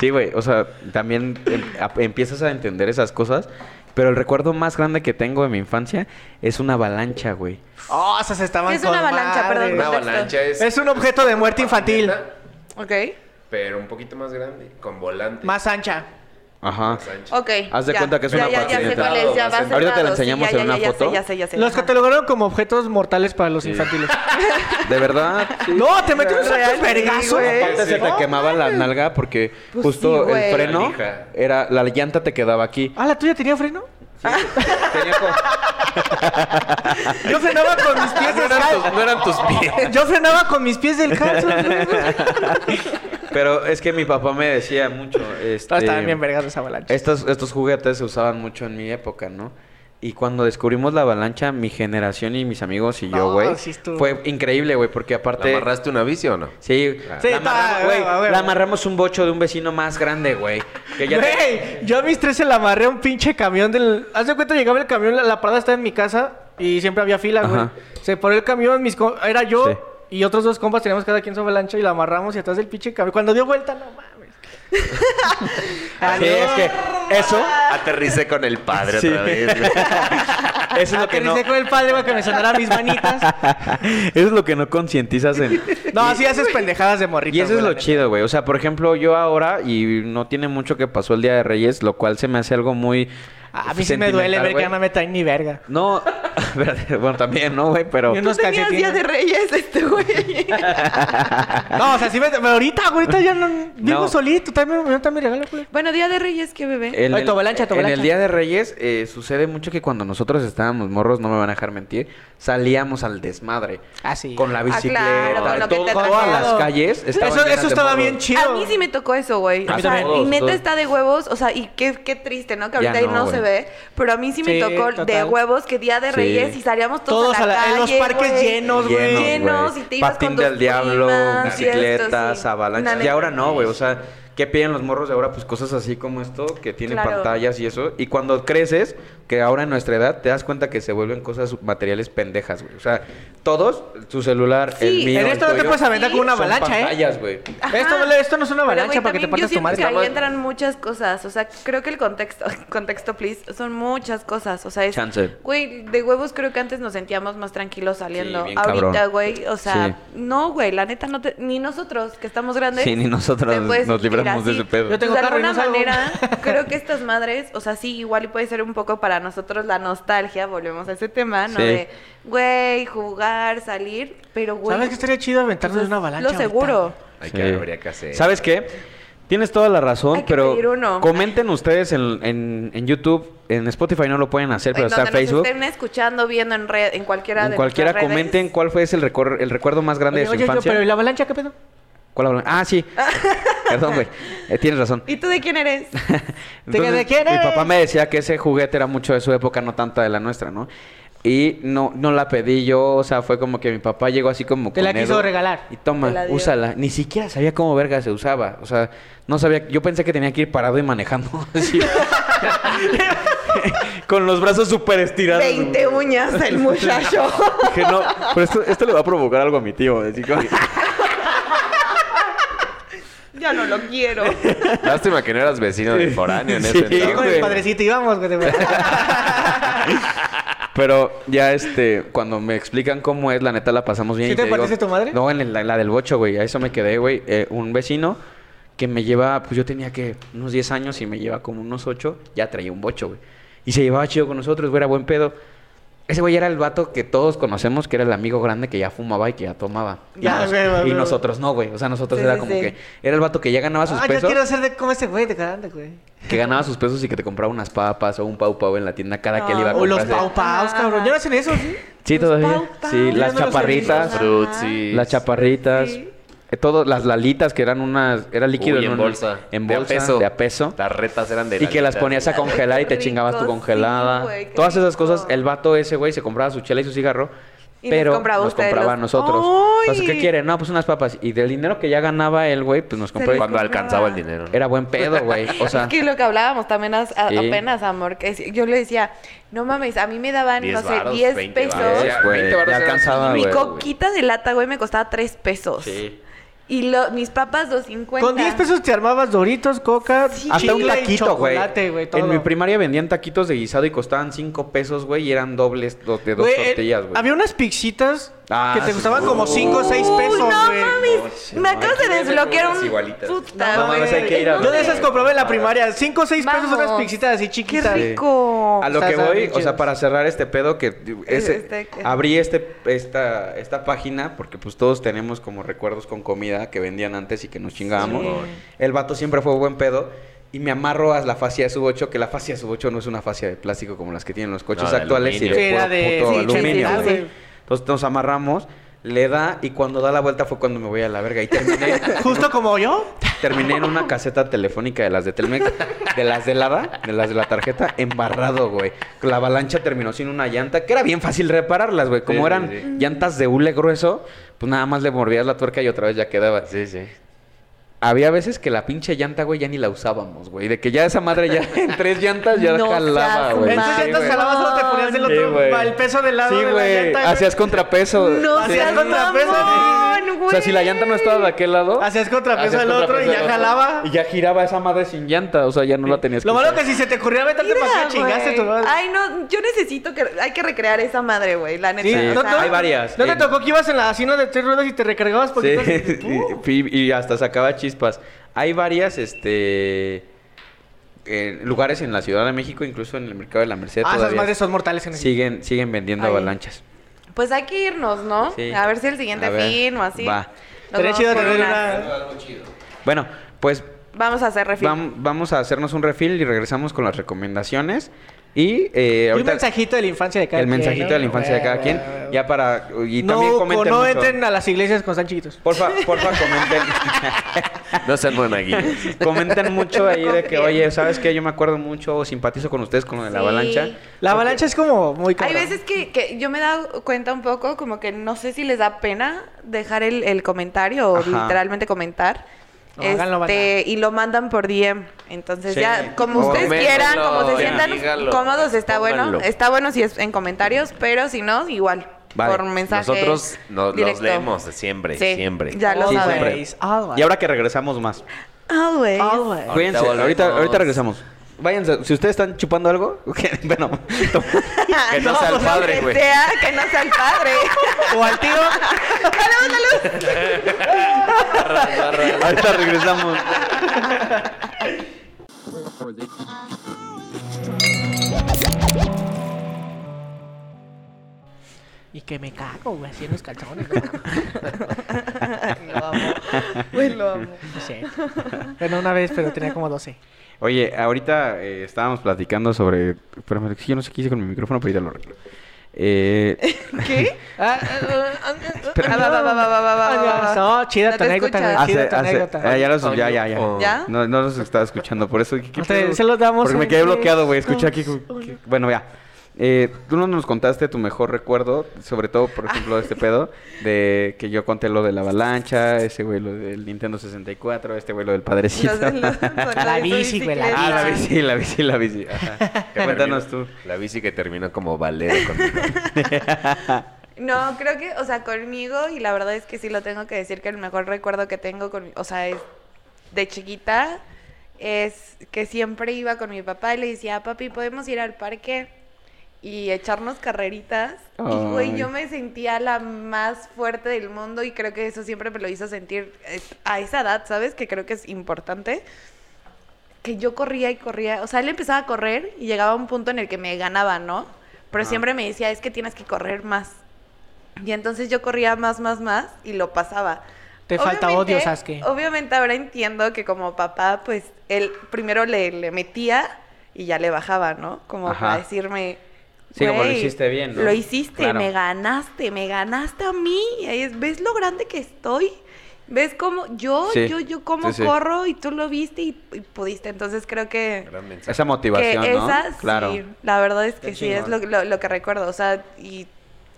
Sí, güey, o sea, también em- a- empiezas a entender esas cosas, pero el recuerdo más grande que tengo de mi infancia es una avalancha, güey.
Oh, esas estaban
Es una
con
avalancha,
madre.
perdón.
Una avalancha es.
Es un objeto de muerte infantil.
Ok.
Pero un poquito más grande, con volante.
Más ancha.
Ajá.
más ancha.
Ok.
Haz de cuenta que es
ya,
una
ya, ya sé
patineta.
cuál es, ya va
Ahorita te la
cerrado, sí,
enseñamos
ya,
en
ya,
una
ya sé,
foto.
ya sé, ya sé.
Los
Ajá.
catalogaron como objetos mortales para los infantiles.
De verdad. sí.
No, te metió un
Real,
santo
sí,
vergazo.
güey.
Aparte se te
No,
quemaba la nalga porque
Pues
justo
sí, güey.
el
La
freno
lija.
era la llanta te quedaba aquí.
Ah, ¿la tuya tenía freno?
Tenía como-
Yo frenaba con mis pies
Ah, no,
del
eran tus, no
calzo.
eran tus pies.
Yo frenaba con mis pies del calzo.
Pero es que mi papá me decía mucho, este,
Todas estaban bien vergas esa avalancha.
estos estos juguetes se usaban mucho en mi época, ¿no? Y cuando descubrimos la avalancha, mi generación y mis amigos y yo,
No,
güey,
sí estuvo-
fue increíble, güey, porque
¿La
aparte
amarraste una bici o no?
Sí,
Sí,
la,
está,
amarramos, güey,
huevo, huevo.
la amarramos un bocho de un vecino más grande, güey. Que ya te-
Güey, yo a mis 13 la amarré a un pinche camión del... Haz de cuenta, llegaba el camión, la, la parada estaba en mi casa y siempre había fila, güey.
Ajá.
Se ponía el camión, mis com- era yo
Sí.
y otros dos compas, teníamos cada quien su avalancha y la amarramos y atrás del pinche camión. Cuando dio vuelta, no mames. Ah,
Sí, es que eso
Aterricé con el padre
Sí.
otra vez. güey.
Eso es lo que no,
Aterricé con el padre para que me sonaran mis manitas.
eso es lo que no concientizas en...
No, así haces pendejadas de morrito.
Y eso es
güey,
lo
la
chido, güey. O sea, por ejemplo, yo ahora, y no tiene mucho que pasó el Día de Reyes, lo cual se me hace algo muy...
Ah, A mí sí me duele
sentimental,
ver que
güey.
ya no me traen ni verga.
No, espérate, bueno, también, ¿no, güey? Pero...
No
Y unos
tenías Día
calcetines.
de Reyes este güey.
No, o sea, sí me... pero ahorita, güey, ahorita ya no... Vivo
No.
solito, también me también regalo, güey.
bueno, Día de Reyes, ¿qué bebé?
El-
Ay, tu avalancha, tu avalancha.
En el Día de Reyes eh, sucede mucho que cuando nosotros estábamos morros, no me van a dejar mentir, salíamos al desmadre.
Ah, sí.
Con la
claro,
bicicleta,
con lo que
todo-
te
todas
trajeron.
las calles. estaban
Eso,
llenas de
eso estaba
morros.
bien chido.
A mí sí me tocó eso, güey.
A
O
mí
sea,
también.
y neta
Todos.
está de huevos. O sea, y qué, qué triste, ¿no? Que
Ya
ahorita ahí
no,
no, se
güey.
ve. Pero a mí sí me
Sí,
tocó de
total.
huevos que día de
Sí.
reyes y salíamos todos,
Todos
a la,
a la- en los
calle,
parques
güey.
llenos, güey.
güey.
Llenos, y te ibas
Patín
con tus
del diablo,
primas y esto,
bicicletas,
sí. La
avalanchas. Y
neta.
ahora no, güey. O sea, ¿qué piden los morros de ahora? Pues cosas así como esto, que tienen
Claro.
pantallas y eso. Y cuando creces, que ahora en nuestra edad, te das cuenta que se vuelven cosas materiales pendejas, güey. O sea, todos, tu celular,
Sí,
el mío,
en esto
el
no te
tuyo,
puedes aventar con una
son
avalancha, ¿eh?
pantallas, güey.
Esto, no le- esto no es una
Pero,
avalancha
güey,
para que te
también
partas
yo
tu
siento
madre.
que ahí entran muchas cosas. O sea, creo que el contexto, contexto, please, son muchas cosas. O sea, es.
Chance.
Güey, de huevos creo que antes nos sentíamos más tranquilos saliendo.
bien
Ahorita,
cabrón.
güey, o sea,
Sí.
no, güey, la neta, no te- ni nosotros que estamos grandes.
Sí, ni nosotros
te puedes
nos
sentir
libramos de
así.
ese pedo.
Yo tengo
Pues, de
carro y no
alguna
salgo.
manera, creo que estas madres, o sea, sí, igual y puede ser un poco para nosotros la nostalgia, volvemos a ese tema, ¿no?
Sí.
De, güey, jugar, salir, pero, güey.
¿Sabes qué estaría chido aventarnos
pues,
de una avalancha?
Lo
ahorita?
seguro.
Hay
Sí.
que, habría que hacer.
¿Sabes qué? Tienes toda la razón,
Hay que
pero
pedir uno.
comenten ustedes en, en- en YouTube, en Spotify no lo pueden hacer, pero
Eh, En
está
donde
en Facebook.
nos estén escuchando, viendo en red, en cualquiera
En
de
cualquiera
nuestras redes.
comenten cuál fue ese el, recor- el recuerdo más grande
Oye,
de su
oye, yo,
infancia.
pero ¿y la avalancha qué pedo?
¿Cuál hablan? Ah, sí. Perdón, güey. Eh, tienes razón.
¿Y tú de quién eres?
Entonces,
¿de quién
mi
eres?
papá me decía que ese juguete era mucho de su época, no tanta de la nuestra, ¿no? Y no, no la pedí yo, o sea, fue como que mi papá llegó así como
Te la
con
quiso
Edo,
regalar.
Y toma,
Te la dio.
úsala. Ni siquiera sabía cómo verga se usaba. O sea, no sabía. Yo pensé que tenía que ir parado y manejando. así. Con los brazos súper estirados. güey.
20 uñas el muchacho.
Dije, no, pero esto, esto le va a provocar algo a mi tío. así como-
ya no lo quiero.
Lástima que no eras vecino del foráneo en
Sí,
ese
Yo
entonces.
con
güey.
el padrecito íbamos, güey. de verdad.
Pero ya, este, cuando me explican cómo es, la neta la pasamos bien.
¿Sí
y
te
digo-
partiste tu madre?
No, en el- la, la del bocho, güey. A eso me quedé, güey. Eh, un vecino que me lleva, pues yo tenía que unos 10 años y me lleva como unos 8, ya traía un bocho, güey. Y se llevaba chido con nosotros, güey, era buen pedo. Ese güey era el vato que todos conocemos, que era el amigo grande que ya fumaba y que ya tomaba. Y,
Ya,
nos-
güey, güey,
y
güey.
nosotros no, güey. O sea, nosotros
Sí,
era
sí,
como
sí.
que era el vato que ya ganaba sus
Ah, yo
pesos.
quiero ser de como ese güey de grande, güey.
Que ganaba sus pesos y que te compraba unas papas o un pau pau en la tienda cada que él iba a
Ah, O los
comprar. de-
pau
Ah.
paus, cabrón. ¿Ya no hacen eso, sí?
Sí,
Los
todavía.
Pues, Pau Pau.
Sí,
Yo
las
no los he
chaparritas.
visto.
Frutsis.
Las chaparritas.
Sí.
eh, Todo, las lalitas que eran unas. Era líquido
Uy, en
un-
bolsa.
En
De a
bolsa.
peso.
De a peso.
Las retas eran de
Y que las
lalitas.
ponías a congelar y te
Qué
chingabas tu
rico,
congelada.
sí, güey, qué
Todas esas cosas.
rico.
El vato ese, güey, se compraba su chela y su cigarro.
Y nos
pero
compraba
nos
ustedes
compraba a
los-
nosotros.
¡Ay!
Entonces, ¿qué quiere? No, pues unas papas. Y del dinero que ya ganaba él, güey, pues nos compró.
le
Cuando
Cuando
compraba.
alcanzaba el dinero. ¿no?
Era buen pedo, güey. O sea.
Es que lo que hablábamos también as- a-
Sí.
apenas, amor, que si- yo le decía, no mames, a mí me daban,
Diez
no sé,
varos,
10
veinte
pesos.
varos.
es, güey,
20
ya
varos era
alcanzaba,
Ah,
Mi
güey.
coquita de lata, güey, me costaba 3 pesos.
Sí.
Y lo- mis papas, 2.50.
Con 10 pesos te armabas doritos, coca,
Hasta un
chicle y
taquito, güey.
chocolate, güey. todo.
En mi primaria vendían taquitos de guisado y costaban 5 pesos, güey, y eran dobles do- de dos
Güey, eh,
tortillas, güey.
Había unas pixitas
Ah,
que te
sí.
costaban como 5 o 6
Uy,
pesos,
no
güey.
mames, me acabas de
Aquí venden
desbloquear
unas
un...
igualitas.
Puta,
No mames,
güey.
hay que ir a-
Yo de esas compraba en la primaria. 5 o 6 pesos
Vamos.
unas pixitas así
Qué
chiquitas.
rico.
A lo
Está-
que
está bien
voy, o sea,
chido.
para cerrar este pedo que ese-
eh.
Este que-
abrí este esta esta página porque pues todos tenemos como recuerdos con comida que vendían antes y que nos chingábamos. El vato siempre fue buen pedo. Y me amarro a la fascia de su bocho, que la fascia de su bocho no es una fascia de plástico como las que tienen los coches
No, de
actuales y de
aluminio.
Era
puro
de-
puto
sí, sí, sí,
aluminio.
sí,
güey.
sí.
Entonces nos amarramos, le da y cuando da la vuelta fue cuando me voy a la verga y terminé
Justo como yo.
Terminé en una caseta telefónica de las de Telmex, de las de Lada, de las de la tarjeta, embarrado, güey. La avalancha terminó sin una llanta, que era bien fácil repararlas, güey. Como
Sí, sí,
eran
sí.
llantas de hule grueso, pues nada más le mordías la tuerca y otra vez ya quedaba.
Sí, sí.
Había veces que la pinche llanta, güey, ya ni la usábamos, güey. De que ya esa madre ya en tres llantas ya
No
jalaba,
seas
güey.
Entonces
Sí,
ya te
güey.
jalabas o te ponías del
Sí,
otro,
güey.
al peso del lado
Sí,
de la
güey.
llanta. güey.
Hacías contrapeso.
No
Sí.
seas
Hacías contrapeso,
mamón, güey.
O sea, si la llanta no estaba de aquel lado.
Hacías contrapeso
hacías
del otro y
contrapeso
ya
del
jalaba.
Y ya giraba esa madre sin llanta. O sea, ya no la tenías
Lo malo
usar.
que si se te ocurría meterte
Mira,
para acá, chingaste
güey.
tu madre.
Ay, no, yo necesito que... Hay que recrear esa madre, güey, la neta.
Sí,
o
no,
sea,
no,
hay varias.
¿No te
En-
tocó que ibas en la hacienda de tres ruedas y te recargabas
Sí,
poquito? Sí,
y, y hasta sacaba chispas. Hay varias, este... eh, lugares en la Ciudad de México, incluso en el mercado de la Merced
Ah, esas
todavía
madres son mortales en el
siguen, siguen vendiendo
Ay.
avalanchas.
Pues hay que irnos, ¿no?
Sí.
A ver si el siguiente
A ver,
fin o así.
va.
Nos
Sería
vamos
chido
por
tener
unas-
una...
Bueno, pues
Vamos a hacer refil.
vam- vamos a hacernos un refil y regresamos con las recomendaciones. Y eh,
y Un
ahorita
mensajito de la infancia de cada
el
quien.
mensajito
¿no?
de la infancia de cada
Güey,
quien.
güey, güey.
Ya para... Y
no,
también
co-
comenten
no
mucho.
entren a las iglesias cuando están chiquitos.
Porfa, porfa, comenten.
No sean monaguillos.
Comenten mucho ahí de que,
confíen.
oye, ¿sabes qué? Yo me acuerdo mucho, o simpatizo con ustedes con lo de la
Sí.
avalancha.
La avalancha es como muy cara.
Hay veces que, que yo me he dado cuenta un poco, como que no sé si les da pena dejar el, el comentario
Ajá.
o literalmente comentar.
No, háganlo, banda.
Este, y lo mandan por DM. Entonces,
Sí.
ya, como
O
ustedes
coméntalo,
quieran, como se
sí,
sientan
dígalo,
cómodos, está bueno.
pónganlo.
Está bueno si es en comentarios, pero si no, igual.
Vale.
Por mensaje.
Nosotros nos los
directo.
leemos siempre,
Sí,
siempre.
Ya lo
Sí,
saben.
siempre. Y ahora que regresamos más.
Always.
Always.
Cuídense,
volvemos.
ahorita, ahorita regresamos. Váyanse, si ustedes están chupando algo, que- bueno, to-
Que no sea el padre, güey.
Que sea, que no sea el padre.
O al tío.
ahorita regresamos.
Y que me cago, güey, así en los calzones.
lo amo. Güey, lo amo.
No sé. Bueno, una vez, pero tenía como 12.
Oye, ahorita eh, estábamos platicando sobre... Pero yo no sé qué hice con mi micrófono, pero ya lo arreglo. Eh,
¿Qué?
Ah, ah, ah, ah,
Ah, va, va, va, va, va, va, va, va, va.
No, chida
No
tu
te
anécdota,
escuchas.
güey, chida
hace,
tu
hace,
anécdota.
ah, ya, los- ya, ya, ya.
¿Ya?
No, no los estaba escuchando, por eso... ¿qué- qué
No te-
pedo?
se los damos.
Porque me
en
quedé
tres,
bloqueado, güey. Escuché aquí.
dos,
que-
uno.
Bueno, ya. Eh, tú no nos contaste tu mejor recuerdo, sobre todo,
Ah.
por ejemplo, de este pedo, de que yo conté lo de la avalancha, ese güey lo del Nintendo 64, este güey lo del padrecito.
Los- los- con
La
de su
bici, güey, la
bicicleta.
Ah, la bici, la bici, la bici. Ajá.
Que
Cuéntanos tú.
termino- Oh, La bici que terminó como ballet conmigo.
No, creo que, o sea, conmigo, y la verdad es que sí lo tengo que decir, que el mejor recuerdo que tengo, con, o sea, es de chiquita, es que siempre iba con mi papá y le decía, papi, ¿podemos ir al parque? y echarnos carreritas. Y,
Ay.
güey, yo me sentía la más fuerte del mundo y creo que eso siempre me lo hizo sentir eh, a esa edad, ¿sabes? Que creo que es importante. Que yo corría y corría. O sea, él empezaba a correr y llegaba a un punto en el que me ganaba, ¿no? Pero siempre me decía, es que tienes que correr más. Y entonces yo corría más, más, más y lo pasaba.
Te falta
Obviamente-
odio, Sasuke.
Obviamente ahora entiendo que como papá, pues él primero le, le metía y ya le bajaba, ¿no? Como
Ajá.
para decirme.
Sí, como lo
"Güey,
hiciste bien, ¿no?"
Lo hiciste,
Claro.
me ganaste, me ganaste a mí. Es- ¿Ves lo grande que estoy? ¿Ves cómo yo,
Sí,
yo, yo cómo
sí, sí.
corro y tú lo viste y, y pudiste? Entonces creo que
Gran mensaje.
Esa motivación,
que
¿no?
esa,
claro.
sí, la verdad es que
Qué
sí, es lo,
chingón.
lo- lo que recuerdo, o sea, y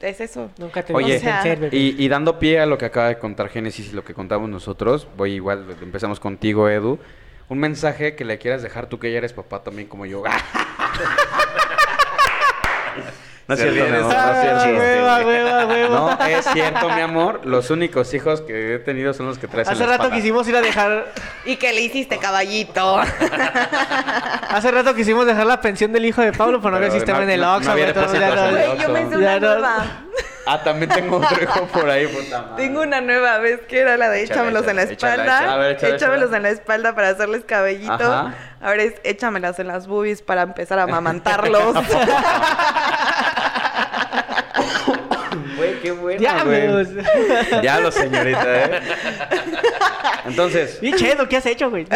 es eso.
Nunca te
Oye,
Oye, vencer, bebé.
Y, y dando pie a lo que acaba de contar Génesis y lo que contamos nosotros, voy igual, empezamos contigo, Edu. Un mensaje que le quieras dejar tú que ya eres papá también como yo. no es
Se
cierto,
ríe
mi
de
amor,
esa-
no es
Ah,
cierto.
hueva, hueva, hueva.
Ah, No, es cierto, mi amor. Los únicos hijos que he tenido son los que traes en
Hace
la
rato
espalda.
quisimos ir a dejar.
Y que le hiciste caballito.
Hace rato quisimos dejar la pensión del hijo de Pablo, pero
Pero
no había sistema
no-
en el
no- no
Oxxo,
había
güey, todo, ya
depósitos en el
Güey,
no-
yo me hice
Oxxo.
una
Ya no-
nueva.
Ah, también tengo otro hijo por ahí, puta madre.
Tengo una nueva vez que era la de
Échala,
échamelos en la
échala, échala,
espalda.
échala. A ver, échala,
échamelos
échala.
en la espalda para hacerles cabellito.
Ajá.
Ahora es échamelas en las boobies para empezar a amamantarlos.
Güey, qué buena,
Diablos.
güey. Diablo, señorita, ¿eh? Entonces,
Bien chido, ¿qué has hecho, güey?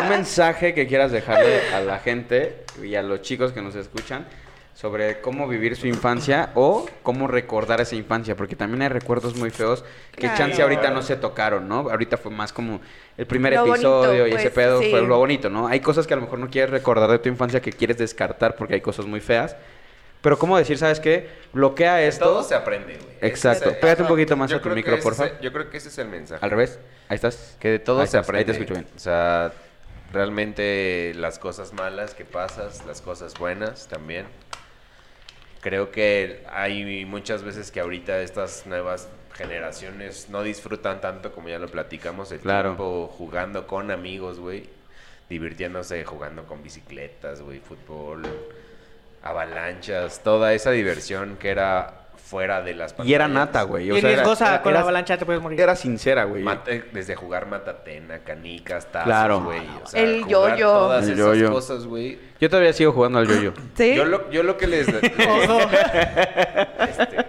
un mensaje que quieras dejarle a la gente y a los chicos que nos escuchan sobre cómo vivir su infancia o cómo recordar esa infancia, porque también hay recuerdos muy feos que
Claro.
chance ahorita no se tocaron, ¿no? Ahorita fue más como el primer
Lo bonito,
episodio y ese
pues,
pedo
sí.
fue lo bonito, ¿no? Hay cosas que a lo mejor no quieres recordar de tu infancia que quieres descartar porque hay cosas muy feas, pero cómo decir, ¿sabes qué? Bloquea esto.
Todo se aprende, güey.
Exacto.
Ese-
Pégate un poquito más
Yo
a tu
creo que
micro,
ese
por
es el-
favor.
Yo creo que ese es el mensaje.
Al revés. Ahí estás.
Que de todo
Ahí
se
estás,
aprende.
ahí te escucho bien.
O sea, realmente las cosas malas que pasas, las cosas buenas también. Creo que hay muchas veces que ahorita estas nuevas generaciones no disfrutan tanto como ya lo platicamos el
Claro.
tiempo jugando con amigos, güey, divirtiéndose jugando con bicicletas, güey, fútbol, avalanchas, toda esa diversión que era fuera de las
Y era
pantallas.
nata, güey.
Y
o sea, era-
riesgosa
era-
con la
era-
avalancha, te puedes morir.
Era sincera, güey.
Mata- desde jugar matatena, canicas, tazos,
Claro.
güey. O sea,
El
jugar
yo-yo.
Todas
El
esas
yo-yo.
cosas, güey.
Yo todavía sigo jugando al yoyo.
¿Sí?
Yo lo, yo lo que les...
Ojo.
este,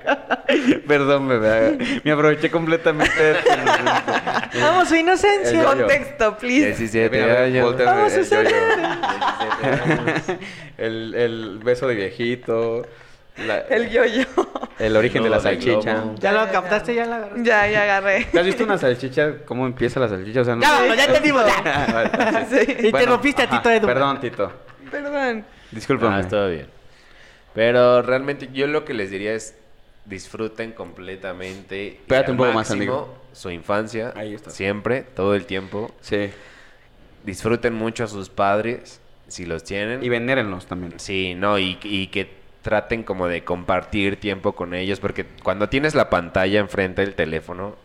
Perdón, bebé. Me aproveché completamente. de tu momento.
Vamos, su inocencia.
yo-
Contexto, please.
17
Mira,
años.
volteame,
Vamos a
el
hacer
yo-yo.
17 años.
El, el beso de viejito. la-
El yo-yo.
el origen de la
Nudo de
salchicha.
globo.
Ya lo captaste, ya la agarraste.
ya, ya agarré.
¿Te has visto una salchicha? ¿Cómo empieza la salchicha? O sea, no- Ah,
Ya, vámonos, ya te dimos.
Vale.
Sí.
Bueno,
Interrumpiste a
ajá,
Tito Edu.
Perdón, Tito.
Perdón.
Discúlpame.
Ah, todo bien. Pero realmente yo lo que les diría es disfruten completamente. y
Espérate
al
un poco más,
máximo
amigo.
Su infancia.
Ahí está.
Siempre, todo el tiempo.
Sí.
Disfruten mucho a sus padres, si los tienen.
Y venérenlos también.
Sí, no, y, y que traten como de compartir tiempo con ellos, porque cuando tienes la pantalla enfrente del teléfono,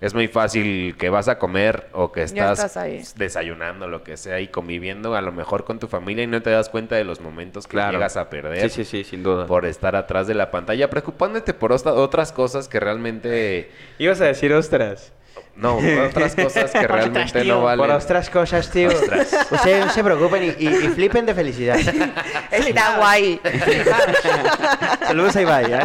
es muy fácil que vas a comer o que
Ya
estás,
estás ahí.
desayunando, lo que sea, y conviviendo a lo mejor con tu familia y no te das cuenta de los momentos que
Claro.
llegas a
Sí,
perder
sí, sí, sin duda.
por estar atrás de la pantalla, preocupándote por osta- otras cosas que realmente...
Ibas a decir ostras.
No, otras cosas que realmente no
tío.
valen.
Por ostras cosas, tío.
Ostras.
Ustedes no se preocupen y, y- y flipen de felicidad.
Está guay.
Saludos a Ibai, ¿eh?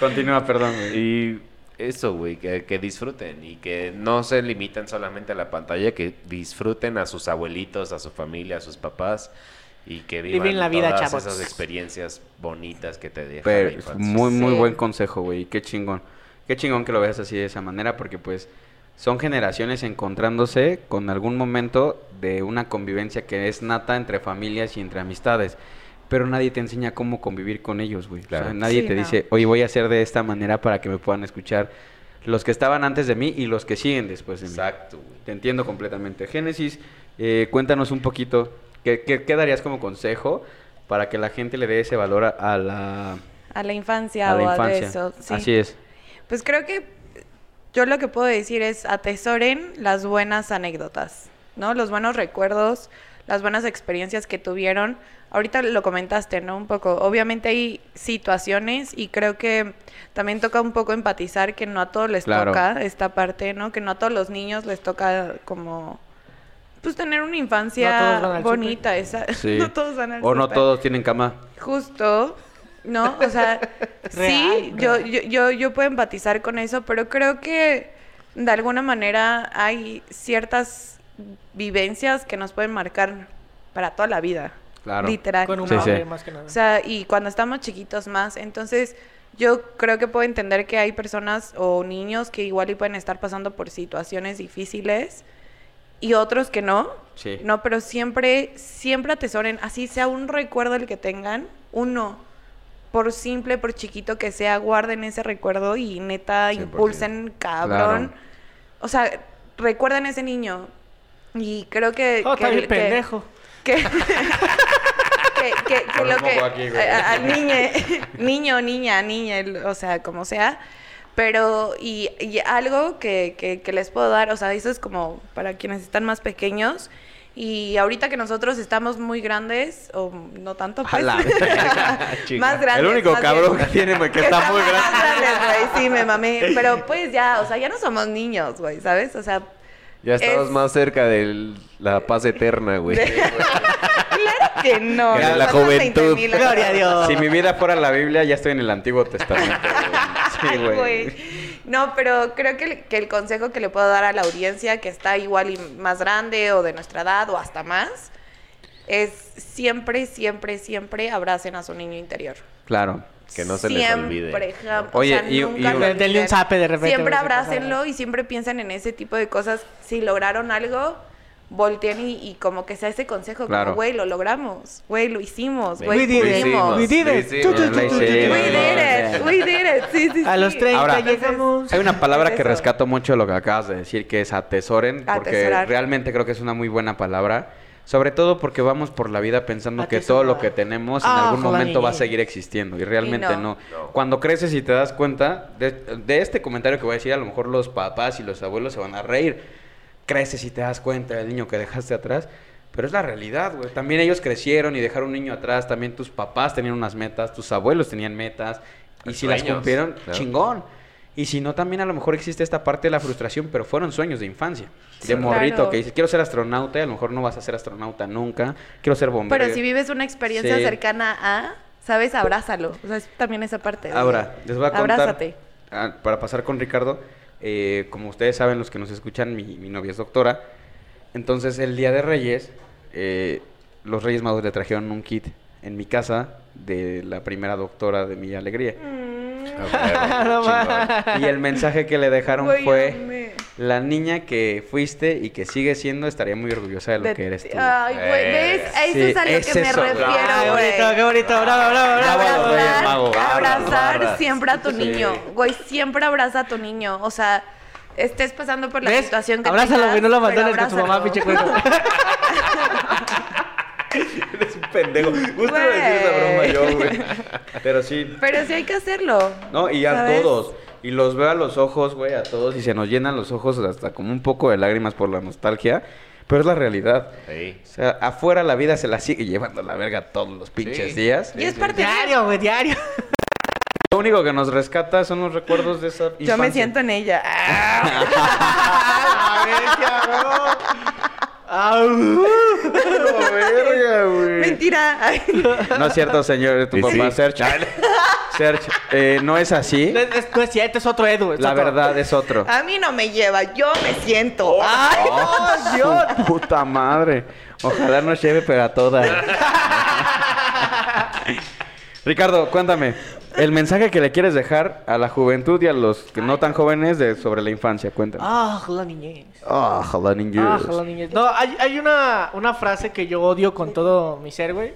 Continúa, perdón. güey.
Y eso, güey, que, que disfruten y que no se limiten solamente a la pantalla, que disfruten a sus abuelitos, a su familia, a sus papás y que vivan
Viven la vida,
todas
chavos.
esas experiencias bonitas que te deja la
Pero,
infancia.
muy, muy
Sí.
buen consejo, güey. Qué chingón. Qué chingón que lo veas así de esa manera, porque pues son generaciones encontrándose con algún momento de una convivencia que es nata entre familias y entre amistades. Pero nadie te enseña cómo convivir con ellos, güey. O sea,
Claro.
nadie
Sí,
te
no.
dice, oye, voy a hacer de esta manera para que me puedan escuchar los que estaban antes de mí y los que siguen después de mí.
Exacto, güey.
Te entiendo completamente. Génesis, eh, cuéntanos un poquito, ¿qué, qué, qué darías como consejo para que la gente le dé ese valor a, a la,
A la infancia
a la
o a
infancia?
eso. sí.
Así es.
Pues creo que yo lo que puedo decir es atesoren las buenas anécdotas, ¿no? Los buenos recuerdos, las buenas experiencias que tuvieron. ahorita lo comentaste, ¿no? Un poco. Obviamente hay situaciones y creo que también toca un poco empatizar que no a todos les
Claro.
toca esta parte, ¿no? Que no a todos los niños les toca como pues tener una
No todos
infancia
van al
bonita, esa. No todos van al
O no
súper.
todos tienen cama.
Justo, ¿no? O sea, sí,
Real,
yo,
real.
yo, yo, yo puedo empatizar con eso, pero creo que de alguna manera hay ciertas vivencias que nos pueden marcar para toda la vida.
Claro.
Literal.
Con un
Sí,
¿no?
sí.
hombre, más que nada.
O sea, y cuando estamos chiquitos más, entonces yo creo que puedo entender que hay personas o niños que igual y pueden estar pasando por situaciones difíciles y otros que no.
Sí.
No, pero siempre, siempre atesoren, así sea un recuerdo el que tengan, uno, por simple, por chiquito que sea, guarden ese recuerdo y neta
100%.
impulsen, cabrón.
Claro.
O sea, recuerden ese niño. Y creo que...
Oh,
que-
está bien
que-
pendejo.
que, que, que- que lo que a- a- a niñe- niño, niña, niña, el- o sea, como sea. Pero, y, y algo que, que- que les puedo dar, o sea, eso es como para quienes están más pequeños. Y ahorita que nosotros estamos muy grandes, o no tanto, pues,
Ala.
más grandes.
El único
más
cabrón
bien.
que tiene que está muy grande.
Más grandes, güey, sí, me mamé. Pero pues ya, o sea, ya no somos niños, güey, ¿sabes? O sea,
Ya estamos
Es-
más cerca de la paz eterna, güey.
claro que no.
De la
nosotros
juventud.
20,000 años.
Gloria a Dios.
Si mi vida fuera la Biblia, ya estoy en el Antiguo Testamento. güey.
Ay,
Sí, güey.
güey. No, pero creo que el, que el consejo que le puedo dar a la audiencia que está igual y más grande o de nuestra edad o hasta más es siempre, siempre, siempre abracen a su niño interior.
Claro.
Que no se les olvide.
jam-
Oye,
o sea,
y-
nunca
y-
lo
Denle
un
olviden.
zape de repente,
Siempre
güey, si pasa
abrácenlo
algo.
y siempre piensen en ese tipo de cosas. Si lograron algo, volteen y, y como que sea ese consejo,
Claro.
como, güey, lo logramos, güey, lo hicimos, güey,
We did it.
pudimos.
We did it.
Sí, sí,
Tú, tú,
no,
tú,
la
tú, tú,
hicimos.
We
tú.
did it, we did it. Sí, sí,
A
sí.
los 30
Ahora-
llegamos.
Hay una palabra
Es
que
eso.
rescato mucho lo que acabas de decir, que es atesoren, porque
Atesorar.
realmente creo que es una muy buena palabra. Sobre todo porque vamos por la vida pensando que todo
Atesorar.
lo que tenemos en
Ah,
algún
ojalá,
momento va a
niñe.
seguir existiendo y realmente
no.
no. Cuando creces y te das cuenta, de, de este comentario que voy a decir, a lo mejor los papás y los abuelos se van a reír. Creces y te das cuenta del niño que dejaste atrás, pero es la realidad, güey. También ellos crecieron y dejaron un niño atrás, también tus papás tenían unas metas, tus abuelos tenían metas y si las
Sueños,
cumplieron,
¿no?
chingón. Y si no, también a lo mejor existe esta parte de la frustración, pero fueron sueños de infancia. de
claro.
morrito que dices, quiero ser astronauta, y a lo mejor no vas a ser astronauta nunca. Quiero ser bombero.
Pero si vives una experiencia
Sí.
cercana a, ¿sabes? Abrázalo. O sea, es también esa parte. de-
Ahora, les voy a contar.
Abrázate.
ah, para pasar con Ricardo, eh, como ustedes saben, los que nos escuchan, mi, mi novia es doctora. Entonces, el día de Reyes, eh, los Reyes Magos le trajeron un kit en mi casa de la primera doctora de mi alegría.
No
Chingón.
mames.
Y el mensaje que le dejaron
Güey,
fue.
amé.
La niña que fuiste y que sigue siendo estaría muy orgullosa de lo
De- Ah.
que eres tú.
Ay, güey, ¿ves?
Eh,
A eso
sí,
es a lo
es
que me
eso.
Ah,
refiero,
qué bonito, qué
güey.
bonito. Bravo, bravo, bravo.
Bravo,
bravo.
Reyes
Abrazar,
Mago, barras,
abrazar
barras.
siempre a tu
Sí.
niño. Güey, siempre abraza a tu niño. O sea, estés pasando por la
¿Ves?
situación que
Abrázalo,
tengas,
güey, no lo
pero
abandones con su mamá,
abrázalo.
pinche cuento.
Eres un pendejo. Justo iba a decir
Güey.
esa broma yo, güey. Pero sí.
Pero sí hay que hacerlo.
No, y a
¿sabes?
todos. Y los veo a los ojos, güey, a todos. Y se nos llenan los ojos hasta como un poco de lágrimas por la nostalgia. Pero es la realidad.
Sí.
O sea, afuera la vida se la sigue llevando la verga todos los pinches
Sí.
días.
Y es parte de-
Diario, güey, diario.
Lo único que nos rescata son los recuerdos de esa
Yo me
infancia.
siento en ella. Ah.
A ver,
¡Oh, verga, güey!
Mentira. Ay.
No es cierto, señor, tu
Y
papá,
sí.
Serge. Serge, eh, no es así.
No es, no es cierto, es otro Edu. es
La
otro.
verdad es otro.
A mí no me lleva, yo me siento.
Oh.
Ah,
¡Ay, no, Dios!
Su puta madre. Ojalá nos lleve, pero a todas. Ricardo, cuéntame. El mensaje que le quieres dejar a la juventud y a los que no tan jóvenes de, sobre la infancia, cuéntame.
¡Ah, la niñez!
Ah, ojalá niños.
Ah, ojalá, niñez. No, hay, hay una, una frase que yo odio con todo mi ser, güey.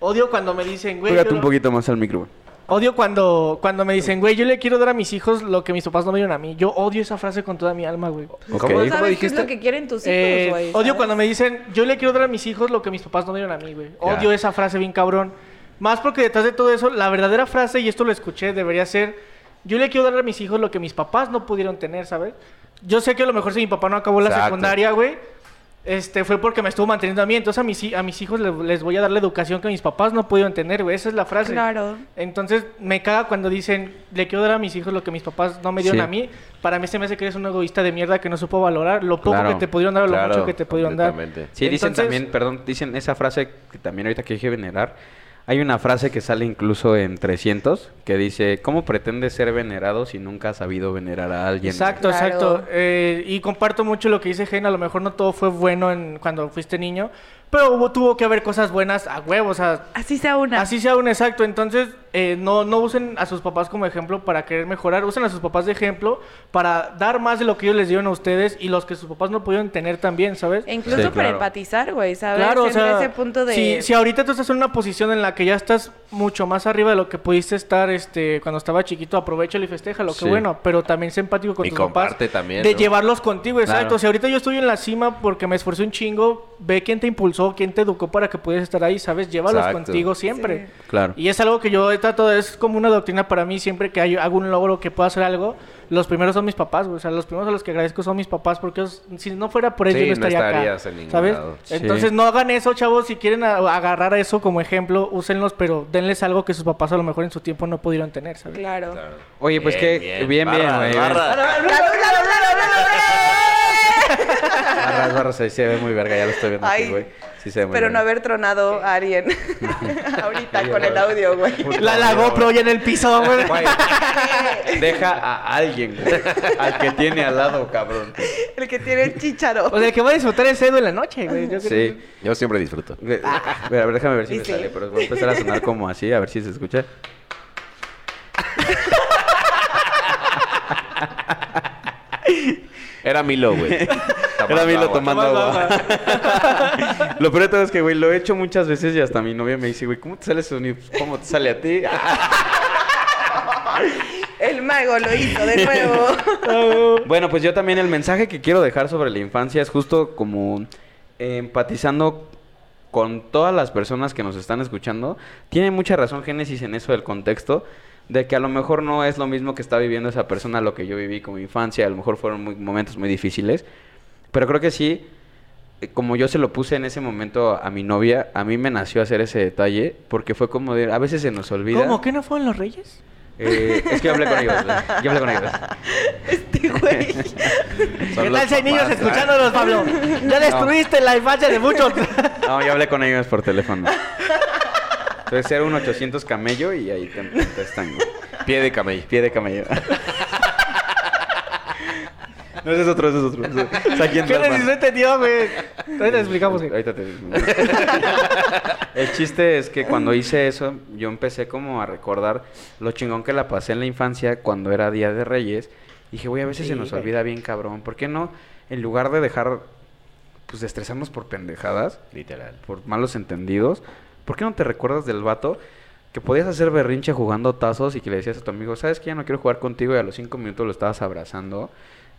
Odio cuando me dicen, güey.
Pégate
yo
un
no-
poquito más al micro. güey.
Odio cuando, cuando me dicen, güey, yo le quiero dar a mis hijos lo que mis papás no me dieron a mí. Yo odio esa frase con toda mi alma, güey.
Ok.
¿Sabes qué es lo que quieren tus hijos,
Eh,
güey?
odio
¿sabes?
cuando me dicen, yo le quiero dar a mis hijos lo que mis papás no me dieron a mí, güey. Odio esa frase bien cabrón. Más porque detrás de todo eso, la verdadera frase, y esto lo escuché, debería ser, yo le quiero dar a mis hijos lo que mis papás no pudieron tener, ¿sabes? Yo sé que a lo mejor si mi papá no acabó la
Exacto.
secundaria, güey, este, fue porque me estuvo manteniendo a mí. Entonces a mis, hi- a mis hijos le- les, voy a dar la educación que mis papás no pudieron tener, güey. Esa es la frase.
Claro.
Entonces me caga cuando dicen, le quiero dar a mis hijos lo que mis papás no me dieron
Sí.
a mí. Para mí se me hace que eres un egoísta de mierda que no supo valorar lo poco
Claro,
que te pudieron dar o lo
claro,
mucho que te pudieron dar.
completamente.
Sí, dicen
Entonces-
también, perdón, dicen esa frase que también ahorita que dije venerar. Hay una frase que sale incluso en 300 que dice, ¿cómo pretendes ser venerado si nunca has sabido venerar a alguien?
Exacto,
Claro.
exacto. Eh, y comparto mucho lo que dice Gen. A lo mejor no todo fue bueno en, cuando fuiste niño, pero hubo, tuvo que haber cosas buenas a huevo. O sea,
Así sea una.
Así sea un exacto. Entonces, eh, no, no usen a sus papás como ejemplo para querer mejorar. Usen a sus papás de ejemplo para dar más de lo que ellos les dieron a ustedes y los que sus papás no pudieron tener también, ¿sabes?
E incluso
Sí,
para
claro.
empatizar, güey, ¿sabes?
Claro, o
Siempre
sea,
ese punto de...
si, si ahorita tú estás en una posición en la que ya estás mucho más arriba de lo que pudiste estar este cuando estaba chiquito, aprovechalo y festéjalo, qué
Sí.
bueno, pero también sé empático con
Y
tus papás
comparte también,
de
¿no?
llevarlos contigo, exacto.
Claro.
Si ahorita yo estoy en la cima porque me esforcé un chingo, ve quién te impulsó, quién te educó para que pudieras estar ahí, ¿sabes? Llévalos
Exacto.
contigo siempre.
Sí.
Claro.
Y es algo que yo trato, de- es como una doctrina para mí, siempre que hay algún logro que pueda hacer algo, los primeros son mis papás, güey. O sea, los primeros a los que agradezco son mis papás, porque ellos- si no fuera por ellos
Sí,
yo
no
no estaría
estarías
acá,
en ningún
¿sabes?
lado.
Sí.
Entonces no hagan eso, chavos, si quieren a- agarrar a eso como ejemplo, úsenlos, pero denles algo que sus papás a lo mejor en su tiempo no pudieron tener, ¿sabes?
Claro.
Oye, pues que bien, bien, güey.
barra,
bien.
barra.
Barras, barras, ahí se ve muy verga, ya lo estoy viendo
Ay,
aquí, güey. Sí se ve muy
Pero no
verga.
haber tronado a alguien ahorita con el audio, güey.
La, la GoPro ya en el piso, güey.
Güey, Deja a alguien, güey, al que tiene al lado, cabrón.
El que tiene el chícharo.
O sea, el que va a disfrutar es Edu en la noche, güey. Yo creo
Sí.
Yo siempre disfruto.
Ve- A ver, a ver, déjame ver si
Y
me
sí.
sale, pero voy a empezar a sonar como así, a ver si se escucha.
Era Milo, güey.
Era Milo tomando
Tomando
agua. Lo peor de todo es que, güey, lo he hecho muchas veces y hasta mi novia me dice, güey, ¿cómo te sale ese sonido? Pues, ¿Cómo te sale a ti?
El mago lo hizo de nuevo.
Bueno, pues yo también el mensaje que quiero dejar sobre la infancia es justo como eh, empatizando con todas las personas que nos están escuchando. Tiene mucha razón Génesis en eso del contexto, de que a lo mejor no es lo mismo que está viviendo esa persona lo que yo viví con mi infancia, a lo mejor fueron muy- momentos muy difíciles, pero creo que sí, eh, como yo se lo puse en ese momento a mi novia, a mí me nació hacer ese detalle, porque fue como de, a veces se nos
que-
olvida.
¿Cómo? ¿Que no fueron los reyes?
Eh, es que yo hablé con ellos, yo hablé con ellos.
Este güey.
¿Qué tal si hay niños
escuchando?
escuchándonos, Pablo? Ya destruiste la infancia de muchos.
No, yo hablé con ellos por teléfono. Entonces era un 800 camello y ahí te contestan. güey.
Pie de camello.
Pie de camello. No, ese es otro, ese es otro. ese es- está aquí en
¿Qué
Tlalpan.
les entendió, güey? Ahorita te explicamos, güey.
Ahorita te- El chiste es que cuando hice eso, yo empecé como a recordar lo chingón que la pasé en la infancia cuando era Día de Reyes. Dije, güey, a veces se
Sí,
nos
güey.
olvida bien, cabrón. ¿Por qué no, en lugar de dejar, pues, de estresarnos por pendejadas,
Literal.
por malos entendidos. ¿Por qué no te recuerdas del vato que podías hacer berrinche jugando tazos y que le decías a tu amigo, sabes que ya no quiero jugar contigo y a los cinco minutos lo estabas abrazando?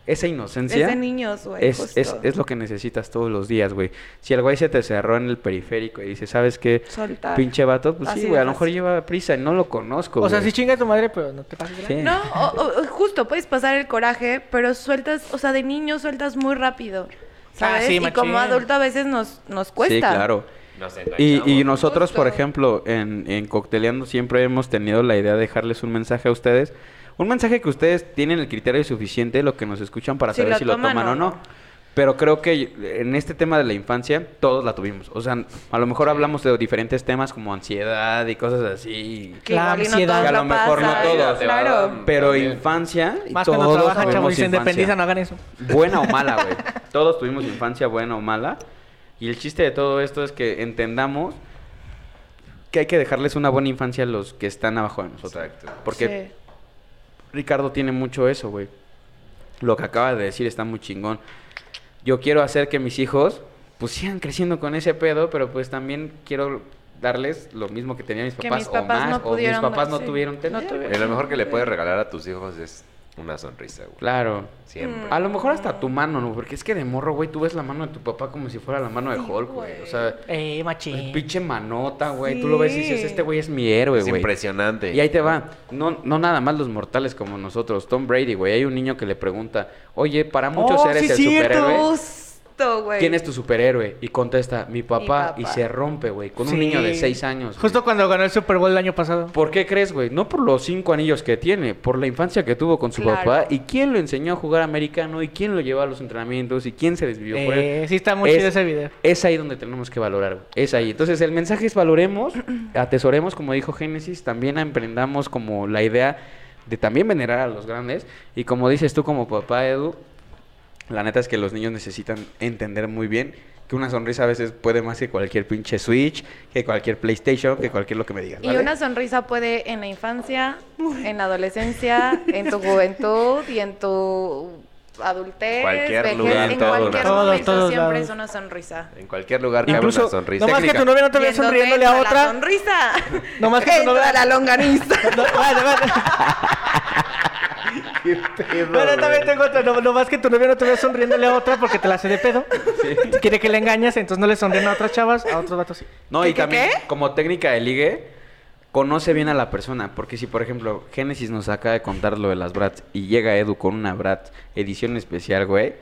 Esa
Es
inocencia
de niños, güey.
es, es,
justo.
es lo que necesitas todos los días, güey. Si el güey se te cerró en el periférico y dice, ¿sabes qué?
Soltar.
Pinche vato, pues
Ah, Así
sí,
de
güey, a lo mejor
fácil.
lleva prisa y no lo conozco.
O sea, sí
güey.
chinga tu madre, pero no te pases de lanza.
Sí.
No, o- o- o justo puedes pasar el coraje, pero sueltas, o sea, de niño sueltas muy rápido. ¿Sabes?
Ah, sí,
y como
machín.
adulto a veces nos, nos cuesta.
Sí, claro.
Nos
Y, y
enganchamos.
nosotros, por
Justo.
ejemplo, en, en Cocteleando siempre hemos tenido la idea de dejarles un mensaje a ustedes. Un mensaje que ustedes tienen el criterio suficiente, lo que nos escuchan para
Si
saber
lo
si lo
toman
toman,
o
o no.
no.
Pero creo que en este tema de la infancia, todos la tuvimos. O sea, a lo mejor hablamos de diferentes temas como ansiedad y cosas así.
Que
La
igual y no
ansiedad.
todos
Que a
la
lo mejor no
pasan.
todos.
Claro.
Pero
También.
infancia, y
Más
todos
cuando trabajan,
tuvimos
chavos, y se
infancia
independizan, no hagan eso.
buena o mala, güey. Todos tuvimos infancia buena o mala. Y el chiste de todo esto es que entendamos que hay que dejarles una buena infancia a los que están abajo de nosotros.
Exacto.
Porque eh, Ricardo tiene mucho eso, güey. Lo que acaba de decir está muy chingón. Yo quiero hacer que mis hijos pues sigan creciendo con ese pedo, pero pues también quiero darles lo mismo que tenían mis
Que
papás,
mis papás
o
no
más,
pudieron
o mis papás no
sí.
tuvieron tener.
No tuvieron.
Eh, Lo mejor que le puedes regalar a tus hijos es una sonrisa, güey.
Claro.
Siempre.
A lo mejor hasta tu mano, ¿no? Porque es que de morro, güey, tú ves la mano de tu papá como si fuera la mano de
Sí,
Hulk, güey.
güey.
O sea,
Eh, machín.
pinche manota, güey. Tú lo ves y dices, este güey es mi héroe,
Es
güey.
impresionante.
Y ahí te va. No, no nada más los mortales como nosotros. Tom Brady, güey. Hay un niño que le pregunta, oye, para muchos
Oh,
eres
sí,
el
cierto.
superhéroe.
Dos. Justo, güey.
¿Quién es tu superhéroe? Y contesta, mi papá. Y
papá.
se rompe, güey, con
Sí.
un niño de seis años. güey.
Justo cuando ganó el Super Bowl el año pasado.
¿Por qué crees, güey? No por los cinco anillos que tiene, por la infancia que tuvo con su
Claro.
papá y quién lo enseñó a jugar americano y quién lo llevó a los entrenamientos y quién se desvió por él.
Eh, sí, está muy
pues. Es-
chido ese video.
Es ahí donde tenemos que valorar, güey. Es ahí. Entonces, el mensaje es valoremos, atesoremos, como dijo Génesis, también emprendamos como la idea de también venerar a los grandes. Y como dices tú como papá, Edu, la neta es que los niños necesitan entender muy bien que una sonrisa a veces puede más que cualquier pinche Switch, que cualquier PlayStation, que cualquier lo que me digas,
Y
¿vale?
una sonrisa puede en la infancia, en la adolescencia, en tu juventud y en tu adultez,
Cualquier
vejez,
lugar,
en
todo,
cualquier
¿no? Todos,
momento
todos
siempre
lados.
es una sonrisa.
En cualquier lugar cabe
Incluso,
una sonrisa.
Nomás que tu
Técnica.
novia no te
Y
vea
en donde
sonriéndole a
entra La
otra.
sonrisa.
Nomás que tu
Entra
novela-
la longaniza.
No, bueno, bueno. Bueno, también tengo otra. No, no más que tu novia no te vea sonriéndole a otra porque te la hace de pedo. Quiere que le engañes, entonces no le sonríen a otras chavas, a otros vatos sí.
No,
¿Qué,
y
qué,
también
qué?
como técnica de ligue, conoce bien a la persona. Porque si, por ejemplo, Génesis nos acaba de contar lo de las Brats y llega Edu con una Brat edición especial, güey,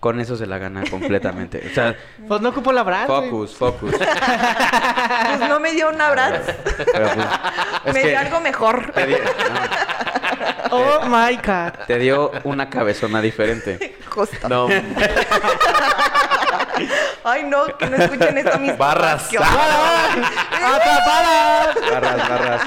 con eso se la gana completamente. O sea,
Pues no ocupo la
Ah,
brad. güey.
focus, focus.
Pues no me dio un abrazo,
Pero, pues, es
me
que
dio algo mejor.
te, di- no,
Oh my god.
te dio una cabezona diferente.
Justo.
No,
Ay, no, que no escuchen esto mis
Barras.
papás, qué horror.
¡Atrapada!
Barras, barras.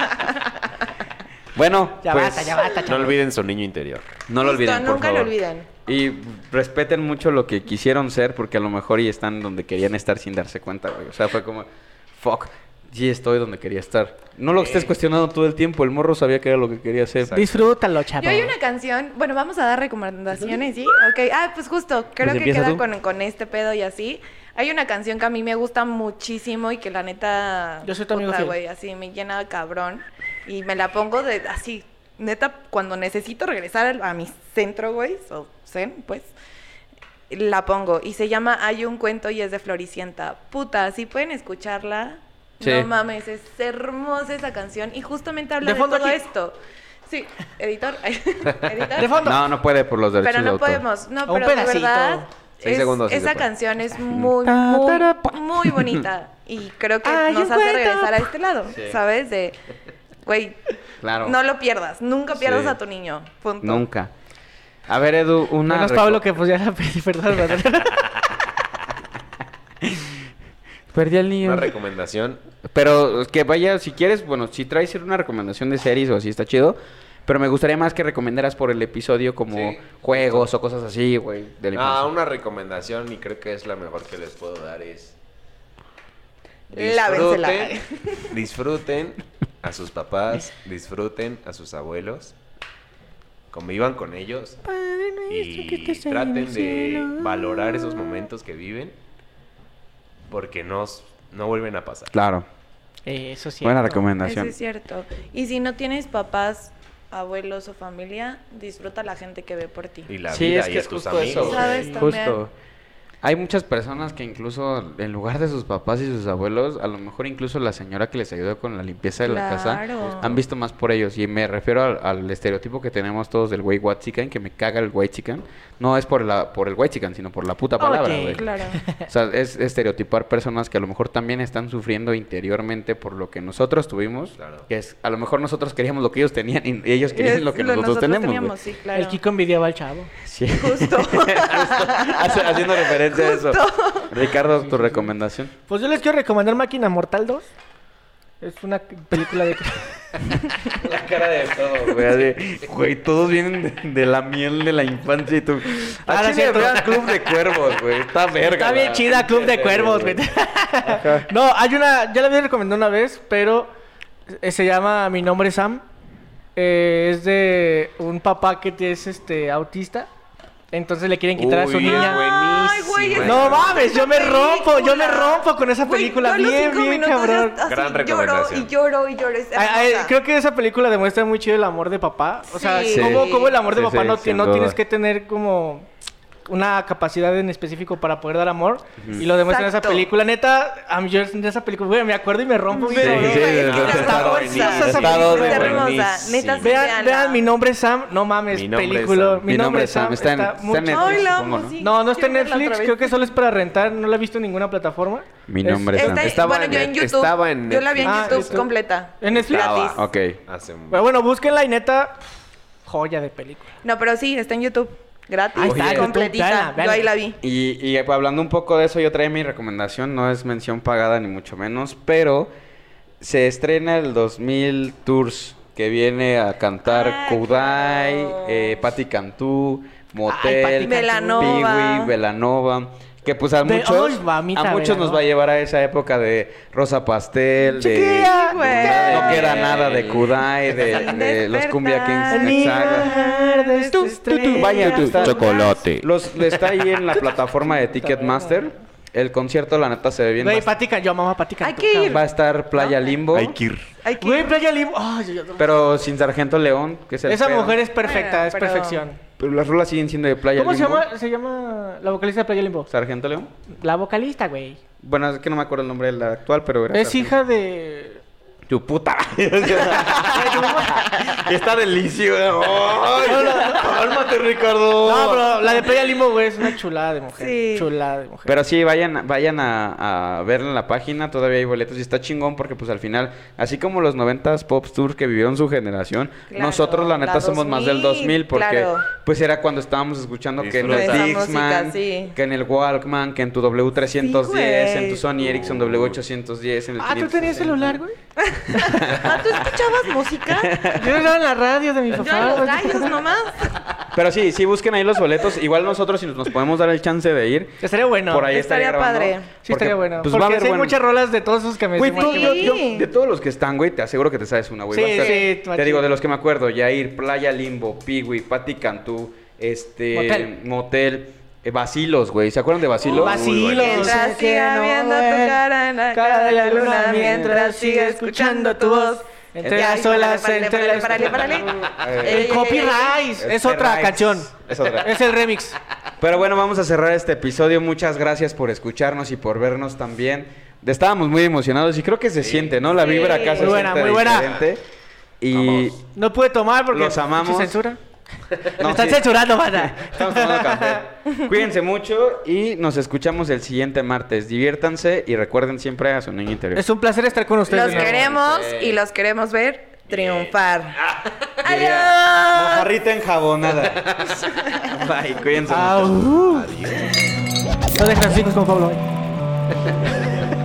Bueno,
Ya
pues
basta, ya basta,
no
chavos.
olviden su niño interior.
no lo
Justo,
olviden, por
nunca lo
favor.
olviden.
Y respeten mucho lo que quisieron ser, porque a lo mejor y están donde querían estar sin darse cuenta, güey. O sea, fue como, fuck, sí estoy donde quería estar. No lo estés cuestionando todo el tiempo, el morro sabía que era lo que quería hacer.
Disfrútalo, chavos.
Yo hay una canción, bueno, vamos a dar recomendaciones, ¿sí? Ok, ah, pues justo, creo que
empieza
queda
tú.
con, con este pedo y así. Hay una canción que a mí me gusta muchísimo y que la neta...
Yo soy tu amigo
puta,
fiel.
güey, así me llena cabrón. Y me la pongo de así, neta, cuando necesito regresar al- a mi centro, güey, o zen, pues, la pongo. Y se llama Hay un cuento y es de Floricienta. Puta, si pueden escucharla.
Sí.
No mames, es hermosa esa canción y justamente habla
De
de,
fondo
todo
aquí.
esto. Sí, editor. editor.
De fondo.
No, no puede por los derechos
Pero
de
no
autor.
podemos. No,
Un
pero de
pedacito.
verdad.
Seis
es-
segundos, sí se
esa
puede.
canción es muy, muy, muy bonita. Y creo que
Ay,
nos
un
hace
cuento.
regresar a este lado,
Sí.
¿sabes? De, güey,
Claro,
no lo pierdas. Nunca pierdas
Sí.
a tu niño. Punto.
nunca. A ver, Edu, una...
Menos
reco-
Pablo que pues ya la pedí, perdón, perdón.
Perdí al niño.
Una recomendación.
Pero que vaya, si quieres, bueno, si traes una recomendación de series o así, está chido. Pero me gustaría más que recomendaras por el episodio como
Sí.
juegos o cosas así, güey. de la
Ah,
infancia.
una recomendación y creo que es la mejor que les puedo dar es...
Lávensela.
disfruten- Disfruten a sus papás, disfruten a sus abuelos, convivan con ellos y traten de valorar esos momentos que viven porque no, s- no vuelven a pasar.
Claro,
Eh, Eso sí.
buena
Eso
recomendación.
es cierto. Y si no tienes papás, abuelos o familia, disfruta la gente que ve por ti.
Y la
Sí,
vida
es
y
que
a
es
tus
justo eso,
amigos.
güey.
¿Sabes? También.
Justo. Hay muchas personas que incluso en lugar de sus papás y sus abuelos, a lo mejor incluso la señora que les ayudó con la limpieza de la
Claro.
casa, han visto más por ellos. Y me refiero al, al estereotipo que tenemos todos del güey chican que me caga el white chican. No es por la por el white chican, sino por la puta palabra,
Oye,
güey.
Claro.
O sea, es estereotipar personas que a lo mejor también están sufriendo interiormente por lo que nosotros tuvimos,
Claro.
que es a lo mejor nosotros queríamos lo que ellos tenían y ellos querían
Es
lo que nosotros, tenemos. güey.
teníamos, sí, claro.
El Kiko envidiaba al chavo.
Sí.
Justo.
Hace- haciendo referencia a eso. Ricardo, tu recomendación.
Pues yo les quiero recomendar Máquina Mortal 2. Es una película de...
La cara de todo, güey. güey, todos vienen de, la miel de la infancia y tú.
Ah, no
Así
es
me
cierto.
vean Club de Cuervos, güey. Está verga.
Está bien
la-
chida Club de Cuervos, güey. No, hay una, ya la había recomendado una vez, pero eh, se llama Mi nombre es Sam. Eh, es de un papá que es este autista. Entonces le quieren quitar a su
Uy,
niña.
Ay, güey,
buenísima.
es-
No mames, yo me rompo, yo me
película.
rompo con esa
Güey,
película.
yo a los
bien,
cinco
bien,
minutos ya
cabrón.
así
Gran
Lloro
recomendación.
y lloro y lloro. Es
Ay, ay,
hermosa.
creo que esa película demuestra muy chido el amor de papá. O sea,
Sí.
cómo, cómo el amor de
Sí,
papá
sí,
no,
sin
no tienes
duda.
que tener como una capacidad en específico para poder dar amor. Y lo demuestra en esa
Exacto.
película. Neta, a mí yo en esa película, güey, me acuerdo y me rompo.
Sí,
bien,
sí,
cabrón.
sí, está
Güey, está
buenísima,
preciosa esa
está
película,
Está
güey.
hermosa. Neta, sí,
Vean,
véanla.
vean, mi nombre es Sam. No mames,
Mi nombre es
película.
Sam.
Mi nombre es Sam.
Está en-
está
está en
muy-
Netflix,
Ay, la
supongo,
amo,
¿no?
sí.
No, no está en
Quiero verla
Netflix.
otra vez.
Creo que solo es para rentar. No la he visto en ninguna plataforma.
Mi
Es-
nombre es
Está-
Sam.
Estaba
bueno,
en
yo
Net-
en YouTube.
estaba en
yo la vi en
Netflix. Ah,
YouTube
está-
completa.
¿En Netflix?
Gratis.
Estaba.
Ok.
Hace un...
Pero bueno, búsquenla y neta, joya de película.
No, pero sí, está en YouTube. Gratis.
Ahí está, en
completita.
YouTube, véanla, véanla.
Yo ahí la vi.
Y, y eh, pues, hablando un poco de eso, yo traía mi recomendación, no es mención pagada ni mucho menos, pero se estrena el 2000 Tours, que viene a cantar
Ah,
Kudai,
claro.
eh, Patti Cantú,
Patti
Motel,
Cantú.
Belanova.
Peewee, Belanova. Que pues a
Ve-
muchos,
ay, mamita
a muchos nos
Belanova.
va a llevar a esa época de Rosa Pastel, de
Chiquilla,
Sí, güey.
No queda nada de Kudai, de,
Sin
de los Cumbia
despertar.
Kings, exacto.
de
Tú,
sus
tú, tú,
vayan, tú,
estrellas.
Chocolate.
Los, está ahí en la plataforma de Ticketmaster. El concierto, la neta, se ve bien.
Güey,
Va,
Patica, yo amaba Patica.
Hay que ir.
va a estar Playa Limbo,
Hay que ir.
Hay que-
Güey, Playa Limbo. Ay, yo-
pero sin Sargento León, que es el
Esa
pedo.
mujer es perfecta,
Bueno,
es
pero-
perfección.
Pero las rolas siguen siendo de Playa
¿Cómo se
Limbo.
llama, se llama la vocalista de Playa Limbo?
¿Sargento León?
La vocalista, güey.
Bueno, es que no me acuerdo el nombre de la actual, pero era
Es
Sargento.
hija de...
Tu puta. Está delicioso. Ay, Cálmate, Ricardo.
No, pero la de Playa Limbo, güey, es una chulada de mujer.
Sí.
Chulada de mujer.
Pero sí, vayan, vayan a, a verla en la página, todavía hay boletos y está chingón porque pues al final, así como los 90s Pop Tour que vivieron su generación,
Claro,
nosotros la neta
la
somos más del 2000
2000,
porque
claro.
pues era cuando estábamos escuchando que en el
Disfruta.
Esa
Dixman,
música, sí.
que en el Walkman, que en tu W310,
Sí, güey.
en tu Sony Ericsson W810, en el
Ah, ¿tú
560.
tenías celular, güey?
Ah, ¿tú escuchabas música?
Yo lo daba en la radio de mi
Yo en
papá.
los
güey.
gallos nomás.
Pero sí, sí busquen ahí los boletos, igual nosotros si nos podemos dar el chance de ir,
Estaría bueno.
por ahí estaría,
estaría padre.
grabando,
Sí, estaría
porque,
bueno.
Pues va a
porque
haber
sí hay
buen-
muchas rolas Pues de todos esos que me
Güey,
sé,
tú,
güey.
yo, yo-
Sí.
de todos los que están, güey, te aseguro que te sabes una, güey.
Sí,
Va a estar-
sí,
Te
machín.
digo, de los que me acuerdo, Yair, Playa Limbo, Piwi, Pati Cantú, este...
Motel.
Motel, eh, Bacilos, güey. ¿Se acuerdan de Bacilos?
Vacilos.
Mientras
sé que
siga
no
viendo tu
es
cara en la cara de la luna, mientras siga escuchando tu voz.
Entre
Ya,
las olas,
párale,
entre
párale,
las-
párale, párale,
El
párale. Ey, ey, ey,
El
ey.
copyright
Este
es otra
rights.
canción.
eh, Es otra.
Es el remix.
Pero bueno, vamos a cerrar este episodio. Muchas gracias por escucharnos y por vernos también. Estábamos muy emocionados y creo que se siente, ¿no? La
Sí.
vibra acá se
Muy buena,
siente
muy buena.
diferente. Y...
Vamos.
No pude tomar porque
Los amamos.
mucha censura.
No,
Me están
sí.
censurando, banda.
Estamos tomando café. Cuídense mucho y nos escuchamos el siguiente martes. Diviértanse y recuerden siempre a su niño interior.
Es un placer estar con ustedes.
Los
de nuevo.
queremos y los queremos ver triunfar. Adiós.
Mojarrita enjabonada. Bye, cuídense mucho.
¿eh? Au. No dejan hijos con Pablo.